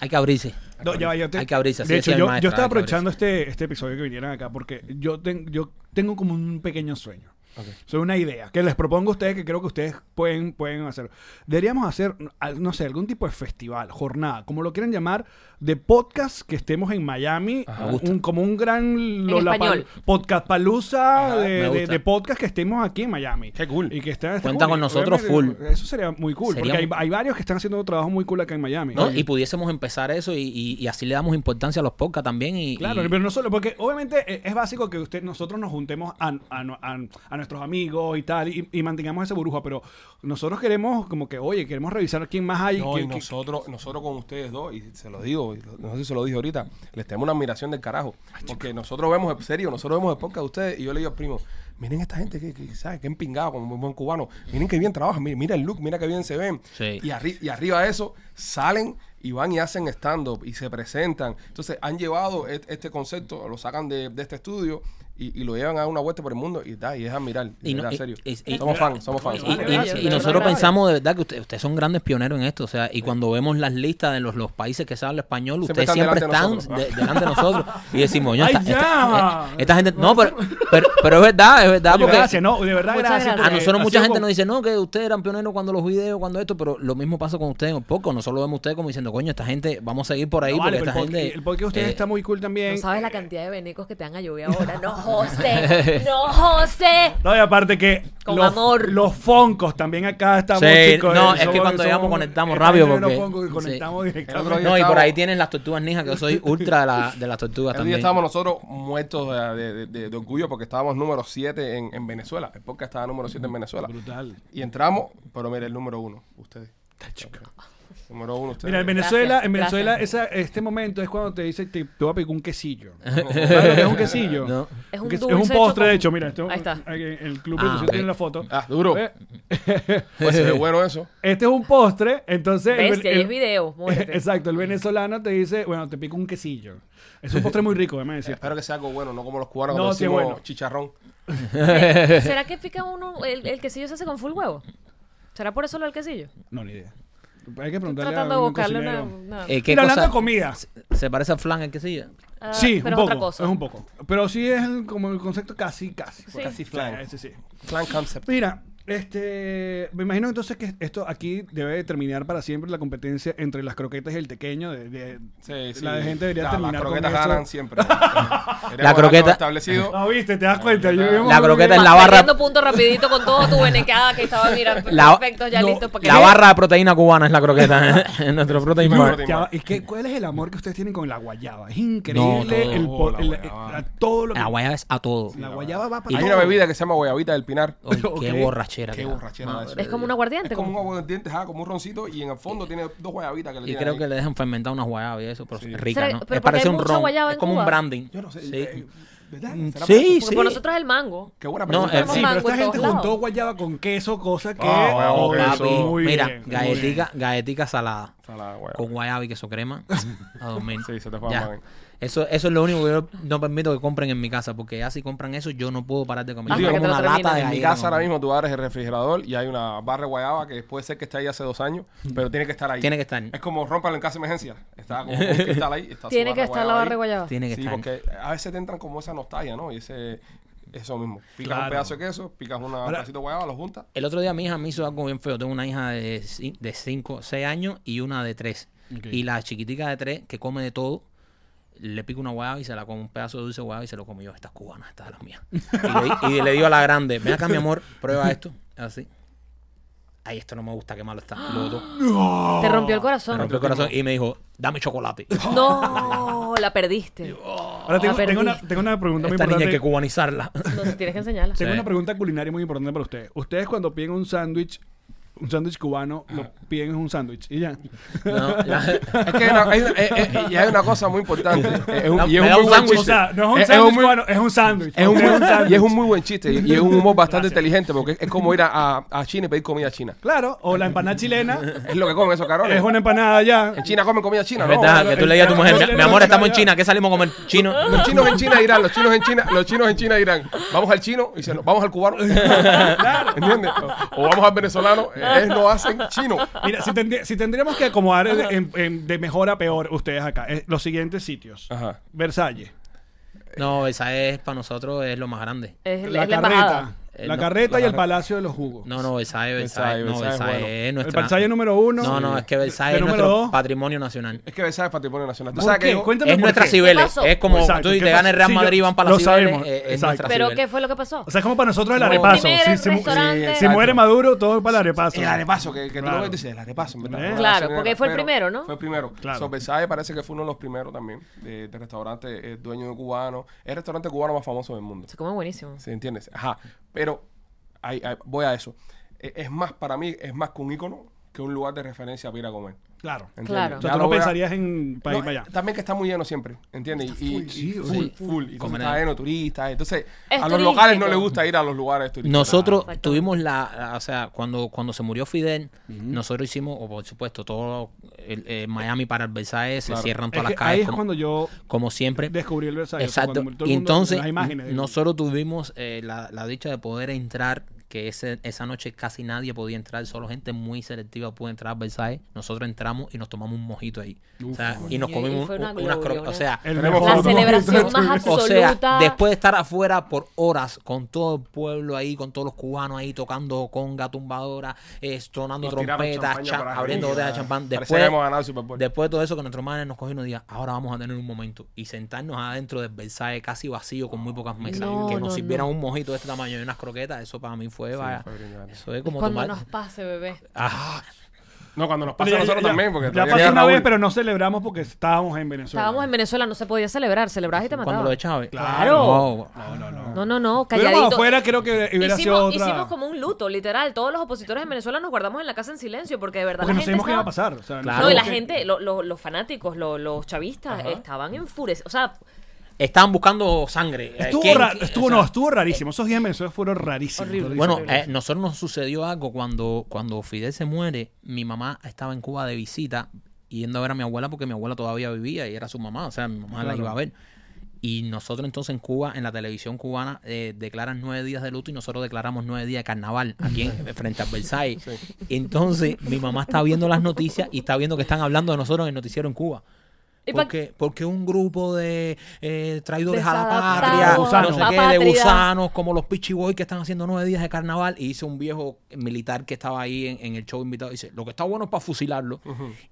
S2: Hay que abrirse.
S5: No, ya va, yo te-
S2: Hay que abrirse, así
S5: De hecho,
S2: decía el
S5: yo,
S2: maestro,
S5: yo estaba
S2: hay que
S5: aprovechando este, este episodio que vinieran acá porque yo, ten- yo tengo como un pequeño sueño. Eso es una idea que les propongo a ustedes que creo que ustedes pueden, pueden hacer. Deberíamos hacer, al- no sé, algún tipo de festival, jornada, como lo quieran llamar, de podcast que estemos en Miami, ah, un- como un gran
S6: español.
S5: podcast palusa
S2: Ajá, me
S5: de, de-
S2: gusta.
S5: de podcast que estemos aquí en Miami.
S1: Qué cool.
S5: Y que estén, esté
S2: Cuenta
S5: cool.
S2: con nosotros
S5: Obviamente,
S2: full.
S5: Eso sería muy cool,
S2: Sería
S5: porque hay,
S2: un-
S5: hay varios que están haciendo un trabajo muy cool acá en Miami.
S2: ¿no? Y pudiésemos empezar eso y, y- y así le damos importancia a los podcasts también. Y,
S5: Claro,
S2: y-
S5: pero no solo, porque obviamente eh, es básico que usted, nosotros nos juntemos a, a- a- a nuestros amigos y tal, y, y mantengamos esa burbuja, pero nosotros queremos como que, oye, queremos revisar quién más hay.
S1: No,
S5: que-
S1: y
S5: que-
S1: nosotros, nosotros con ustedes dos, y se lo digo, y lo- no sé si se lo dije ahorita, les tenemos una admiración del carajo. Porque nosotros vemos, en serio, nosotros vemos el podcast de ustedes, y yo le digo al primo, miren esta gente que, que sabe, que empingado, como un buen cubano, miren que bien trabajan, miren, mira el look, mira que bien se ven.
S2: Sí.
S1: Y, arri- y arriba de eso, salen y van y hacen stand-up y se presentan. Entonces han llevado et- este concepto, lo sacan de, de este estudio. Y, y lo llevan a una vuelta por el mundo y, da, y es admirar.
S2: Y
S1: Y
S2: no-
S1: en
S2: y-
S1: serio.
S2: es- y-
S1: somos fans, somos fans.
S2: y-
S1: somos
S2: y-
S1: fans.
S2: y-
S6: gracias,
S2: y
S6: de
S2: nosotros
S6: verdad.
S2: pensamos de verdad que usted- ustedes son grandes pioneros en esto. O sea, y cuando vemos las listas de los, los países que se habla español,
S1: Siempre
S2: ustedes
S1: están
S2: siempre
S1: delante de
S2: están
S1: nosotros.
S2: de- delante de nosotros. Y decimos, "Oye,
S5: *laughs* ¡Ay,
S2: esta,
S5: ya!
S2: esta- eh, esta gente. No, pero, pero, pero es verdad, es verdad.
S5: Oye,
S2: porque
S5: gracias, Ah, no, de verdad,
S6: Muchas
S5: gracias.
S6: gracias.
S2: A
S5: porque
S2: nosotros
S5: ha
S2: mucha
S5: sido
S2: gente
S5: como-
S2: nos dice, no, que ustedes eran pioneros cuando los videos, cuando esto, pero lo mismo pasa con ustedes un poco. Nosotros lo vemos a ustedes como diciendo, coño, esta gente, vamos a seguir por ahí
S5: No, vale,
S2: porque esta
S5: pero el,
S2: gente...
S5: podcast, el podcast de ustedes
S2: eh,
S5: está muy cool también.
S6: No sabes la cantidad de venecos que te van a llover ahora. No, José. No, José.
S5: No, y aparte que
S6: Con
S5: los,
S6: amor.
S5: los foncos también acá estamos,
S2: Sí,
S5: chicos.
S2: no,
S5: eh,
S2: es que
S5: somos-
S2: cuando llegamos
S5: somos-
S2: conectamos
S5: eh,
S2: rápido,
S5: los
S2: porque-
S5: foncos y
S2: sí.
S5: conectamos directamente.
S1: día
S2: No, y por
S1: estábamos-
S2: ahí tienen las tortugas ninjas, que yo soy ultra de, la- de las
S5: *laughs*
S2: tortugas
S1: El día
S2: también.
S1: estábamos nosotros muertos de, de- de- de orgullo porque estábamos número 7 en, en Venezuela. El podcast estaba número 7 en Venezuela.
S5: Brutal.
S1: Y entramos, pero mira, el número 1, ustedes. Número 1, ustedes.
S5: Mira, en Venezuela,
S6: Gracias,
S5: en Venezuela
S6: gracias.
S5: esa- este momento es cuando te dice te, te voy a pedir
S2: *laughs*
S5: un quesillo. ¿Sabes lo que es un quesillo?
S2: No.
S6: Es un
S5: Que es-
S6: dulce.
S5: es un postre,
S6: con-
S5: de hecho, mira, esto,
S6: Ahí está.
S5: aquí, el club
S2: Ah,
S5: Ilusión
S2: ok.
S5: tiene la foto.
S1: Ah, duro.
S5: Eh,
S1: Pues
S5: *laughs*
S1: se ve bueno eso.
S5: Este es un postre, entonces... el ven-
S6: ¿Ves? Si ahí
S5: el- *laughs*
S6: es video, muérete.
S5: Exacto, el venezolano te dice, bueno, te pico un quesillo. Es un postre muy rico, déjame decir.
S1: Espero que sea algo bueno, no como los cubanos
S5: No,
S1: cuando
S5: sí,
S1: decimos
S5: bueno.
S1: chicharrón.
S6: *laughs* ¿Será que pica uno el, el quesillo se hace con full huevo? ¿Será por eso lo del quesillo?
S5: No, ni idea. Hay que preguntarle
S6: Tratando
S5: a
S6: de
S5: un
S6: buscarle una,
S5: cocinero.
S6: una-
S2: Eh, ¿qué
S5: Mira, hablando
S2: cosa-
S5: de comida.
S2: ¿Se parece al flan, el que sigue?
S6: Ah,
S5: sí,
S6: pero
S5: un
S6: es otra
S5: poco,
S6: cosa.
S5: es un poco. Pero sí es el- como el concepto casi, casi. pues.
S1: Casi flan.
S5: Sí, sí, sí.
S1: Flan concept.
S5: Mira, este, me imagino entonces que esto aquí debe terminar para siempre la competencia entre las croquetas y el tequeño. De, de-
S1: Sí, sí.
S5: La de gente debería
S1: Nah,
S5: terminar
S1: Las
S5: con
S1: croquetas
S5: eso.
S1: ganan
S5: *laughs*
S1: siempre. la
S2: croqueta-
S1: Establecido.
S5: No, viste, te das cuenta. yo vivo
S2: La
S5: muy
S2: croqueta
S5: bien.
S2: es la barra-
S6: Perdiendo punto rapidito con todo tu venequeada que estaba, mira,
S2: *laughs* La-
S6: perfecto, ya
S5: no,
S6: listo para que...
S2: La barra de proteína cubana *laughs* es la croqueta, en nuestro protein
S1: Bueno,
S2: bar.
S1: protein-
S5: Ya va, ¿Y qué, cuál es el amor que ustedes tienen con la guayaba? Es increíble
S2: todo.
S5: el, po-
S1: Oh, la
S5: el-
S1: guayaba.
S5: a todo lo que...
S2: La guayaba es a todo.
S5: la guayaba va para
S1: Hay
S5: todo.
S1: una bebida que se llama guayabita del Pinar.
S5: Oh,
S2: Ay, Qué
S5: *laughs* Ok.
S2: borrachera.
S1: Qué
S2: que da.
S1: borrachera de eso.
S6: Es como un aguardiente.
S1: Es como un
S6: como-
S1: aguardiente, ajá, como un roncito y en el fondo tiene dos guayabitas que le
S2: Y
S1: tiran
S2: creo
S1: ahí.
S2: que le dejan fermentar unas guayabas y eso, pero es rica,
S6: ¿Será-
S2: ¿no?
S6: pero
S2: Es
S6: porque
S2: parece
S6: hay
S2: un
S6: mucha
S2: ron,
S6: guayaba
S2: es
S6: en
S2: como un
S6: Cuba?
S2: branding.
S1: Yo no sé.
S2: Sí.
S1: eh, ¿Verdad?
S2: Mm,
S1: ¿Será por
S2: Sí,
S1: eso?
S2: sí.
S6: Por nosotros es el mango.
S1: Qué buena
S2: No,
S1: pregunta.
S2: eh, Mango
S5: Sí, pero
S6: en
S5: esta
S6: todos
S5: gente
S6: lados.
S5: juntó guayaba con queso, cosa que...
S1: Ah,
S5: Oh,
S1: bueno,
S5: papi,
S1: queso.
S5: muy
S2: Mira,
S5: bien, muy
S2: galletica, galletica salada.
S1: Salada, guayaba.
S2: Con guayaba y queso
S1: *laughs*
S2: crema. A dormir.
S1: Sí, se te fue
S2: Ya.
S1: la mano.
S2: Eso, eso es lo único que yo no permito que compren en mi casa, porque ya si compran eso, yo no puedo parar de comer.
S6: Hasta
S2: Yo
S6: Ah, que
S2: como
S6: te
S2: una
S6: lo termines.
S2: lata de
S6: En
S1: En mi
S2: galletas,
S1: casa ahora
S2: mamá.
S1: mismo tú abres el refrigerador y hay una barra de guayaba que puede ser que esté ahí hace dos años, pero tiene que estar ahí.
S2: Tiene que estar.
S1: Es como rómpalo en casa de emergencia. Está como un cristal ahí. Está su
S6: Tiene que estar la barra de
S1: ahí.
S6: guayaba.
S2: Tiene que
S1: Sí,
S2: estar.
S1: porque a veces te entran como esa nostalgia, ¿no? Y ese, eso mismo. Picas
S5: Claro.
S1: un pedazo de queso, picas una
S5: Ahora-
S1: pedacito de guayaba, lo juntas.
S2: El otro día mi hija me hizo algo bien feo. Tengo una hija de 5, 6 años y una de 3.
S5: Ok.
S2: Y la chiquitica de 3, que come de todo, le pico una guayaba y se la come un pedazo de dulce de guayaba y se lo come yo. Esta es cubana, esta es la mía. Y le, di- y le digo a la grande, ven acá mi amor, prueba esto. Así. Ay, esto no me gusta, qué malo está. Lo botó.
S6: Te rompió el
S2: Me
S6: corazón.
S2: rompió el corazón y me dijo, dame
S5: *laughs*
S2: chocolate.
S6: No, la perdiste.
S5: Ahora tengo,
S6: La
S5: tengo una,
S6: perdí.
S5: tengo una pregunta muy
S2: Esta niña hay
S5: importante.
S2: que
S5: *laughs*
S2: cubanizarla.
S6: No, tienes que enseñarla.
S5: Tengo
S2: Sí.
S5: una pregunta culinaria muy importante para ustedes. Ustedes cuando piden un sándwich, un sándwich cubano, lo piden un sándwich y ya.
S2: No, la-
S1: Es que hay una, hay una- eh, eh, y hay una cosa muy
S2: *laughs*
S1: importante. Es un,
S2: No,
S1: y es
S2: me
S1: un
S2: da
S1: muy
S2: un
S1: buen chiste.
S2: sándwich,
S5: O sea, no es un
S1: Es- es
S5: sándwich
S1: muy-
S5: cubano, es un sándwich.
S1: Es un,
S5: Ok,
S1: buen-
S5: sándwich.
S1: y es un muy buen chiste y y es un humor
S2: *laughs*
S1: bastante inteligente porque es como ir a, a- a China y pedir comida china.
S5: Claro, o la empanada chilena
S1: Es lo que comen esos carones.
S5: es una empanada ya.
S1: En China comen comida china,
S2: Es
S1: ¿no?
S2: verdad, que tú le digas a tu mujer,
S5: no,
S2: "Mi-
S5: no,
S2: mi
S5: no,
S2: amor,
S5: no,
S2: estamos en
S5: no,
S2: China, ¿qué salimos a comer? Chino.
S5: *laughs*
S1: Los chinos en China irán, los chinos en China, los chinos en China irán. Vamos al chino y se nos- vamos al
S5: *laughs*
S1: cubano. ¿Entiendes? O o vamos al venezolano, ellos no hacen chino.
S5: Mira, si, tendría- si tendríamos que acomodar de, en- en- de mejor a peor ustedes acá, eh, los siguientes sitios.
S1: Ajá.
S5: Versalles.
S2: No, esa es para nosotros es lo más grande.
S6: Es,
S5: La
S6: es
S5: carreta.
S6: la embajada.
S2: eh,
S5: la
S2: no,
S5: carreta y el
S1: carreta.
S5: palacio de los jugos.
S2: No, no, Versailles,
S1: Versailles,
S2: Versailles. No,
S1: Versailles,
S2: Versailles
S1: bueno.
S2: es
S5: el
S2: nuestra-
S5: Versailles número uno.
S2: No, no, es que Versailles
S5: El
S2: es
S5: número
S2: nuestro
S5: dos. Este
S2: patrimonio nacional.
S1: Es que Versailles es patrimonio nacional. ¿Tú
S5: ¿Por
S1: sabes
S5: qué?
S1: que-
S5: Cuéntame
S2: Es
S5: por
S2: nuestra
S5: qué.
S2: Cibeles.
S6: pasó?
S2: Es como tú
S5: Exacto, ¿qué
S2: te
S5: pasó?
S2: ganas el Real
S5: Sí, yo-
S2: Madrid, van para
S5: lo
S2: la Cibeles.
S5: sabemos,
S2: eh, Es
S5: exacto.
S2: nuestra
S6: ¿Pero
S2: Cibeles.
S6: qué fue lo que pasó?
S5: O sea, es como para nosotros el
S1: Como
S5: arepazo.
S6: primer
S5: Si, si mu-
S6: restaurante.
S5: si muere Maduro, todo para el arepazo.
S1: El arepazo, que, que tú
S5: Claro.
S1: lo ves y dices, el arepazo, en verdad.
S5: Eh.
S1: No,
S6: Claro,
S1: la
S6: porque
S1: señora,
S6: fue el
S1: pero
S6: primero, ¿no?
S1: Fue el primero.
S5: Claro.
S1: So, Versailles parece que fue uno de los primeros también de, de restaurante eh, dueño de cubano. Es el restaurante cubano más famoso del mundo.
S6: Se come buenísimo.
S1: ¿Se entiendes? Ajá. Pero ahí- ahí- voy a eso. E- Es más, para mí, es más que un ícono que un lugar de referencia para ir a comer.
S5: Claro.
S1: ¿entiendes?
S6: Claro.
S5: O
S6: O
S5: sea,
S1: Ya
S5: tú
S1: lo
S5: no
S1: voy a-
S5: pensarías en para
S1: no,
S5: ir para
S1: eh,
S5: allá.
S1: También que está muy lleno siempre, ¿entiendes? Y, y- y full, full, Y como
S2: Comer
S1: está
S2: ahí.
S1: lleno de turistas. Entonces,
S6: Es
S1: a los locales no
S6: turístico.
S1: les gusta ir a los lugares turísticos.
S2: Nosotros
S6: Exacto.
S2: tuvimos la, la- o sea, cuando, cuando se murió Fidel, nosotros hicimos, o por supuesto, todo el, eh, Miami para el Versailles, se cierran
S5: Es
S2: todas
S5: que
S2: las
S5: ahí
S2: calles.
S5: es
S2: como,
S5: cuando yo
S2: como siempre.
S5: descubrí el Versailles. o sea,
S2: Exacto.
S5: cuando todo el
S2: Y
S5: mundo-
S2: entonces,
S5: las imágenes.
S2: nosotros tuvimos eh, la, la dicha de poder entrar, que ese, esa noche casi nadie podía entrar, solo gente muy selectiva pudo entrar a Versailles. Nosotros entramos y nos tomamos un mojito ahí. O sea, y nos
S6: Y- y
S2: comimos
S6: fue
S2: un-
S6: una
S2: unas
S6: gloria,
S2: cro-
S6: una-
S2: O sea,
S5: El
S1: Tenemos
S5: mejor
S6: La
S1: fotos.
S6: celebración más
S2: o
S6: absoluta.
S2: sea, después de estar afuera por horas con todo el pueblo ahí, con todos los cubanos ahí tocando conga, tumbadora, eh, sonando
S1: Nos tiraron
S2: trompetas,
S1: champaña
S2: cha-
S1: por arriba.
S2: abriendo botellas de champán.
S1: Parecía que
S2: Después,
S1: habíamos ganado el Super Bowl.
S2: después de todo eso que nuestros manes nos cogieron y nos ahora vamos a tener un momento. Y sentarnos adentro del Versailles casi vacío con muy pocas mesas.
S6: No,
S2: que nos
S6: no,
S2: sirvieran un mojito de este tamaño y unas croquetas, eso para mí fue, vaya,
S1: fue brillante.
S2: eso es como
S6: Cuando
S2: tomar...
S6: nos pase, bebé.
S2: Ah,
S1: No, cuando nos
S5: Pero
S1: pasa a nosotros también, porque
S5: ya
S1: todavía
S5: pasó
S1: llega
S5: una
S1: Raúl.
S5: vez, pero no celebramos porque estábamos en Venezuela.
S6: Estábamos en Venezuela, no se podía celebrar. Celebrabas y te
S2: cuando
S6: mataban.
S2: lo de Chávez.
S6: Claro.
S2: Wow.
S6: No, no, no,
S5: Pero
S6: calladito.
S5: afuera creo que hubiera
S6: hicimos,
S5: sido otra.
S6: hicimos como un luto, literal. Todos los opositores en Venezuela nos guardamos en la casa en silencio porque de verdad
S5: porque no
S6: la gente
S5: sabíamos qué iba a
S6: estaba-
S5: pasar. o sea,
S2: Claro.
S6: No, y la
S5: porque-
S6: gente, lo- lo- los fanáticos, lo- los chavistas, estaban enfurecidos. O sea,
S2: Estaban buscando sangre. Eh,
S5: Estuvo,
S2: ¿quién-
S5: ra-
S2: quién- o
S5: estuvo,
S2: sea,
S5: no, estuvo rarísimo. Esos días en Venezuela fueron rarísimos.
S6: Horrible.
S2: Bueno,
S6: Horrible.
S2: eh, nosotros nos sucedió algo cuando, cuando Fidel se muere. Mi mamá estaba en Cuba de visita yendo a ver a mi abuela porque mi abuela todavía vivía y era su mamá, o sea, mi mamá la
S5: Claro.
S2: iba a ver. Y nosotros entonces en Cuba, en la televisión cubana, eh, declaran nueve días de luto y nosotros declaramos nueve días de carnaval aquí en- frente a Versailles. Entonces mi mamá está viendo las noticias y está viendo que están hablando de nosotros en el noticiero en Cuba.
S6: ¿Y pa-
S2: Porque, porque un grupo de eh, traidores a la patria,
S6: Desadaptados,
S2: no sé qué, de
S6: apátridas.
S2: gusanos, como los pichiboy que están haciendo nueve días de carnaval. Y dice un viejo militar que estaba ahí en, en el show invitado, dice, lo que está bueno es para fusilarlo.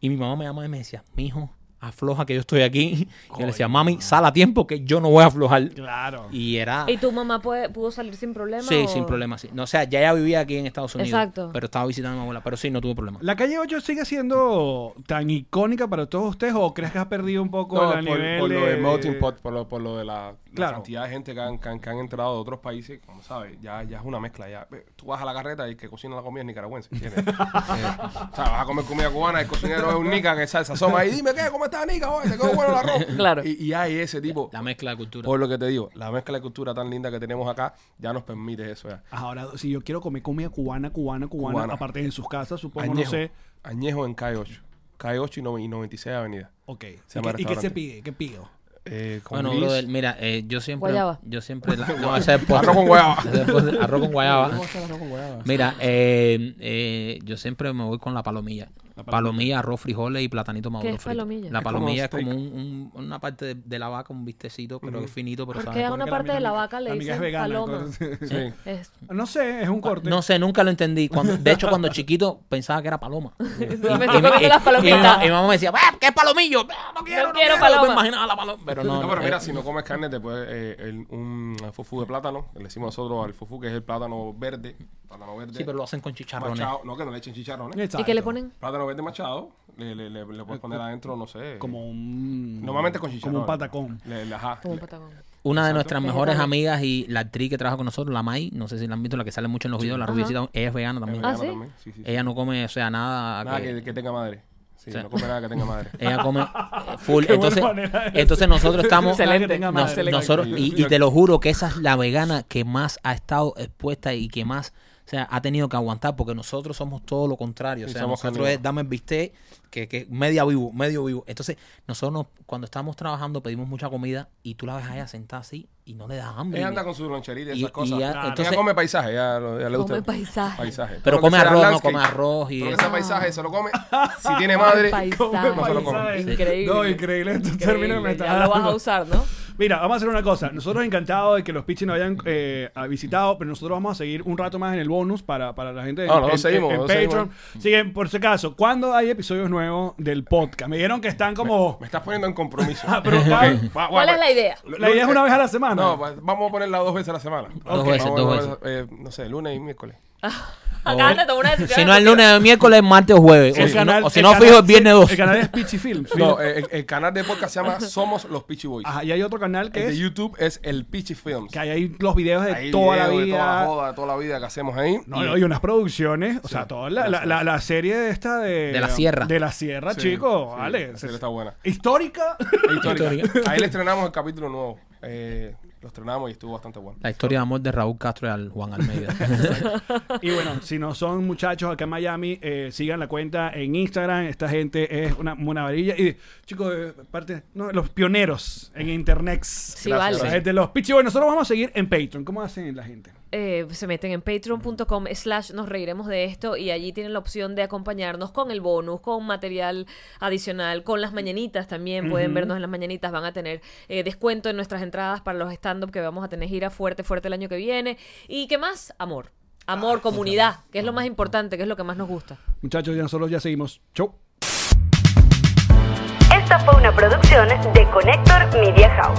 S2: Y mi mamá me llamaba y me decía, mijo, afloja que yo estoy aquí. Y yo le decía, mami, sal a tiempo que yo no voy a aflojar.
S5: Claro.
S2: Y era...
S6: ¿y tu mamá puede- pudo salir sin problema?
S2: Sí,
S6: o-
S2: sin problema, sí. No, o sea, ya ella vivía aquí en Estados Unidos.
S6: Exacto.
S2: Pero estaba visitando a mi abuela. Pero sí, no tuve problema.
S5: ¿La calle 8 sigue siendo tan icónica para todos ustedes o crees que has perdido un poco
S1: No,
S5: el
S1: por,
S5: nivel
S1: por lo
S5: de-
S1: de melting pot, por lo, por lo de la, la
S5: Claro.
S1: cantidad de gente que han, que han- que han entrado de otros países, como sabes, ya, ya es una mezcla. Ya. Eh, Tú vas a la carreta y el que cocina la comida es nicaragüense. ¿entiendes?
S5: *laughs*
S1: Eh, o sea, vas a comer comida cubana, el cocinero es un nica que sal- se asoma y dime qué, ¿cómo está Nica? Oye, te quedó bueno el
S2: *laughs*
S1: arroz.
S6: Claro.
S1: Y, y hay ese tipo.
S2: La mezcla de cultura.
S1: Por lo que te digo, la mezcla de cultura tan linda que tenemos acá ya nos permite eso. Ya.
S5: Ahora, si yo quiero comer comida cubana, cubana, cubana,
S1: Cubana.
S5: aparte en sus casas, supongo,
S1: Añejo,
S5: no sé.
S1: Añejo en Calle 8. Calle 8 y, no- y 96 Avenida.
S5: Ok. ¿Y
S1: Se llama
S5: qué- ¿Y, qué se
S1: restaurante.
S5: pide? ¿Qué pido?
S1: Eh, con
S2: Bueno,
S1: gris.
S2: brother, mira, eh, yo siempre.
S6: Guayaba.
S2: Yo
S1: *laughs*
S2: siempre. la- no, ese es postre.
S1: Arroz con
S2: *laughs*
S1: guayaba.
S2: Ese es postre, arroz con guayaba.
S1: Arroz con guayaba.
S2: Mira, eh, eh, yo siempre me voy con la palomilla. Palomilla, arroz, frijoles y platanito maduro.
S6: es
S2: frito.
S6: palomilla?
S2: La
S1: Es como
S2: palomilla es
S1: steak.
S2: como un- un- una parte de, de la vaca, un vistecito, pero es finito, pero
S6: Porque
S2: sabe
S6: a
S2: bueno.
S6: una parte de la vaca le
S5: amiga es
S6: dicen
S5: vegana,
S6: paloma. Ah,
S5: entonces- *laughs*
S1: Sí.
S6: Es-
S5: No sé, es un corte.
S2: No sé, nunca lo entendí. Cuando- de
S1: *laughs*
S2: hecho, cuando chiquito pensaba que era
S6: *laughs*
S2: paloma. Y,
S6: me estoy
S2: y-
S6: comiendo
S2: y-
S6: las
S2: y
S6: palomitas.
S2: mi ma- y mi mamá me decía, "Ah, ¿qué es palomillo? Ah, No quiero, no,
S6: quiero
S2: quiero,
S6: paloma.
S2: Me imaginaba la paloma.
S1: *laughs*
S2: Pero no,
S1: No, pero
S2: no,
S1: mira,
S2: eh,
S1: si no comes carne, te puedes eh, el- un fufu de plátano. que Le decimos nosotros al fufu, que es el plátano verde. Plátano verde.
S2: sí, pero lo hacen con chicharrones. Este,
S1: machado. No, que no le echen chicharrones.
S5: Exacto.
S6: ¿Y qué le ponen?
S1: Plátano verde machado. Le, le, le, le
S2: eh,
S1: puedes poner adentro, no sé.
S5: Como un.
S1: Normalmente con
S5: Como
S1: chicharrones.
S5: un patacón.
S1: Le- le- ajá.
S6: Como un
S1: Le-
S6: patagón.
S2: Una de nuestras mejores amigas y la actriz que trabaja con nosotros, la Mai, no sé si la han visto, la que sale mucho en los videos, la rubiecita, ella es vegana
S1: le
S2: también.
S1: gana
S6: Ah, ¿sí?
S1: también. ¿Ah, Sí, sí, sí.
S2: Ella no come, o sea, nada.
S1: Nada
S2: que-
S1: que, que tenga madre. Sí,
S2: Eh, Sí.
S1: no come nada que tenga madre.
S2: *laughs* Ella
S1: *laughs*
S2: come eh, full.
S5: Qué buena
S2: Entonces,
S5: manera de
S2: entonces nosotros estamos.
S5: Excelente. Que tenga
S2: nos-
S5: madre. *laughs* Excelente.
S2: nosotros, y, y te lo juro que esa es la vegana que más ha estado expuesta y que más. O sea, ha tenido que aguantar porque nosotros somos todo lo contrario. O
S1: Sí,
S2: sea,
S1: somos
S2: nosotros
S1: carnívoros.
S2: es dame el bistec, que, que media vivo, medio vivo. Entonces, nosotros nos- cuando estamos trabajando pedimos mucha comida y tú la ves allá sentada así y no le das hambre.
S1: Ella
S2: ni-
S1: anda con su loncherita y
S2: Y-
S1: esas
S2: y
S1: cosas.
S2: ya,
S1: Claro.
S2: entonces-
S1: ella come paisaje, ya, lo- ya le gusta.
S6: Come paisaje.
S1: Paisaje.
S2: Pero
S1: Todo lo que
S2: come
S1: sea
S2: arroz, no
S1: landscape,
S2: come arroz
S1: todo
S2: y
S1: lo que
S2: eso.
S1: sea paisaje, se lo
S2: *laughs*
S1: come. Si tiene madre,
S6: Paisaje.
S1: *laughs* no se lo come.
S5: Paisaje.
S6: Increíble.
S5: No, increíble. Este término me
S6: Increíble,
S5: está
S6: Ya lo vas a
S5: dando.
S6: usar, ¿no?
S5: Mira, vamos a hacer una cosa. Nosotros encantados de que los pitchers nos hayan eh, visitado, pero nosotros vamos a seguir un rato más en el bonus para, para la gente en,
S1: Ah, nosotros
S5: en-
S1: seguimos,
S5: en- en
S1: nosotros
S5: Patreon. Siguen, por si acaso, ¿cuándo hay episodios nuevos del podcast? Me dijeron que están como...
S1: Me estás poniendo en compromiso.
S5: *laughs* Ah, pero,
S1: *laughs* Ok, va- va-
S6: ¿Cuál es la idea?
S5: La idea es una vez a la semana.
S1: No, va- vamos a ponerla dos veces a la semana.
S2: Dos veces,
S1: Vamos,
S2: dos
S1: vamos, eh, no sé, lunes y miércoles.
S6: Acaban de tomar una *laughs* decisión.
S2: Oh. Si no el lunes, el miércoles, martes o jueves.
S5: El
S2: o si
S5: canal-
S2: no, o si
S5: el
S2: no,
S5: canal-
S2: fijo, el viernes 2.
S5: El canal es Pitchy Films.
S1: No, eh, el, el canal de podcast se
S5: *laughs*
S1: llama Somos los Pitchy Boys.
S5: Ajá, y hay otro canal que
S1: El de
S5: es...
S1: YouTube es el Pitchy Films.
S5: Que ahí hay los videos de
S1: Ahí
S5: toda la
S1: videos
S5: vida.
S1: de toda la joda, de toda la vida que hacemos ahí.
S5: No,
S1: Y-
S5: no, y unas producciones, o sea, toda la, la, la, la serie esta de...
S2: De la sierra.
S5: De la sierra,
S1: Sí,
S5: chico,
S1: sí,
S5: vale.
S1: la serie está buena.
S5: Histórica.
S1: Histórica. Ahí le estrenamos el capítulo nuevo. Eh, lo estrenamos y estuvo bastante bueno.
S2: La historia de amor de Raúl Castro y al Juan
S5: *laughs*
S2: Almeida.
S5: y bueno, si no son muchachos acá en Miami, eh, sigan la cuenta en Instagram. Esta gente es una, una varilla. Y chicos, eh, parte, no, los pioneros en Internet.
S6: Sí,
S1: Gracias,
S6: vale.
S5: La gente, los pichis. Bueno, nosotros vamos a seguir en Patreon. ¿Cómo hacen la gente?
S6: Eh, se meten en patreon.com slash nos reiremos de esto y allí tienen la opción de acompañarnos con el bonus, con material adicional, con las mañanitas también. Pueden vernos en las mañanitas, van a tener eh, descuento en nuestras entradas para los stand-up que vamos a tener gira fuerte, fuerte el año que viene. ¿Y qué más? Amor. Amor, comunidad, que es lo más importante, que es lo que más nos gusta.
S5: Muchachos, ya nosotros ya seguimos. Chau.
S7: Esta fue una producción de Connector Media House.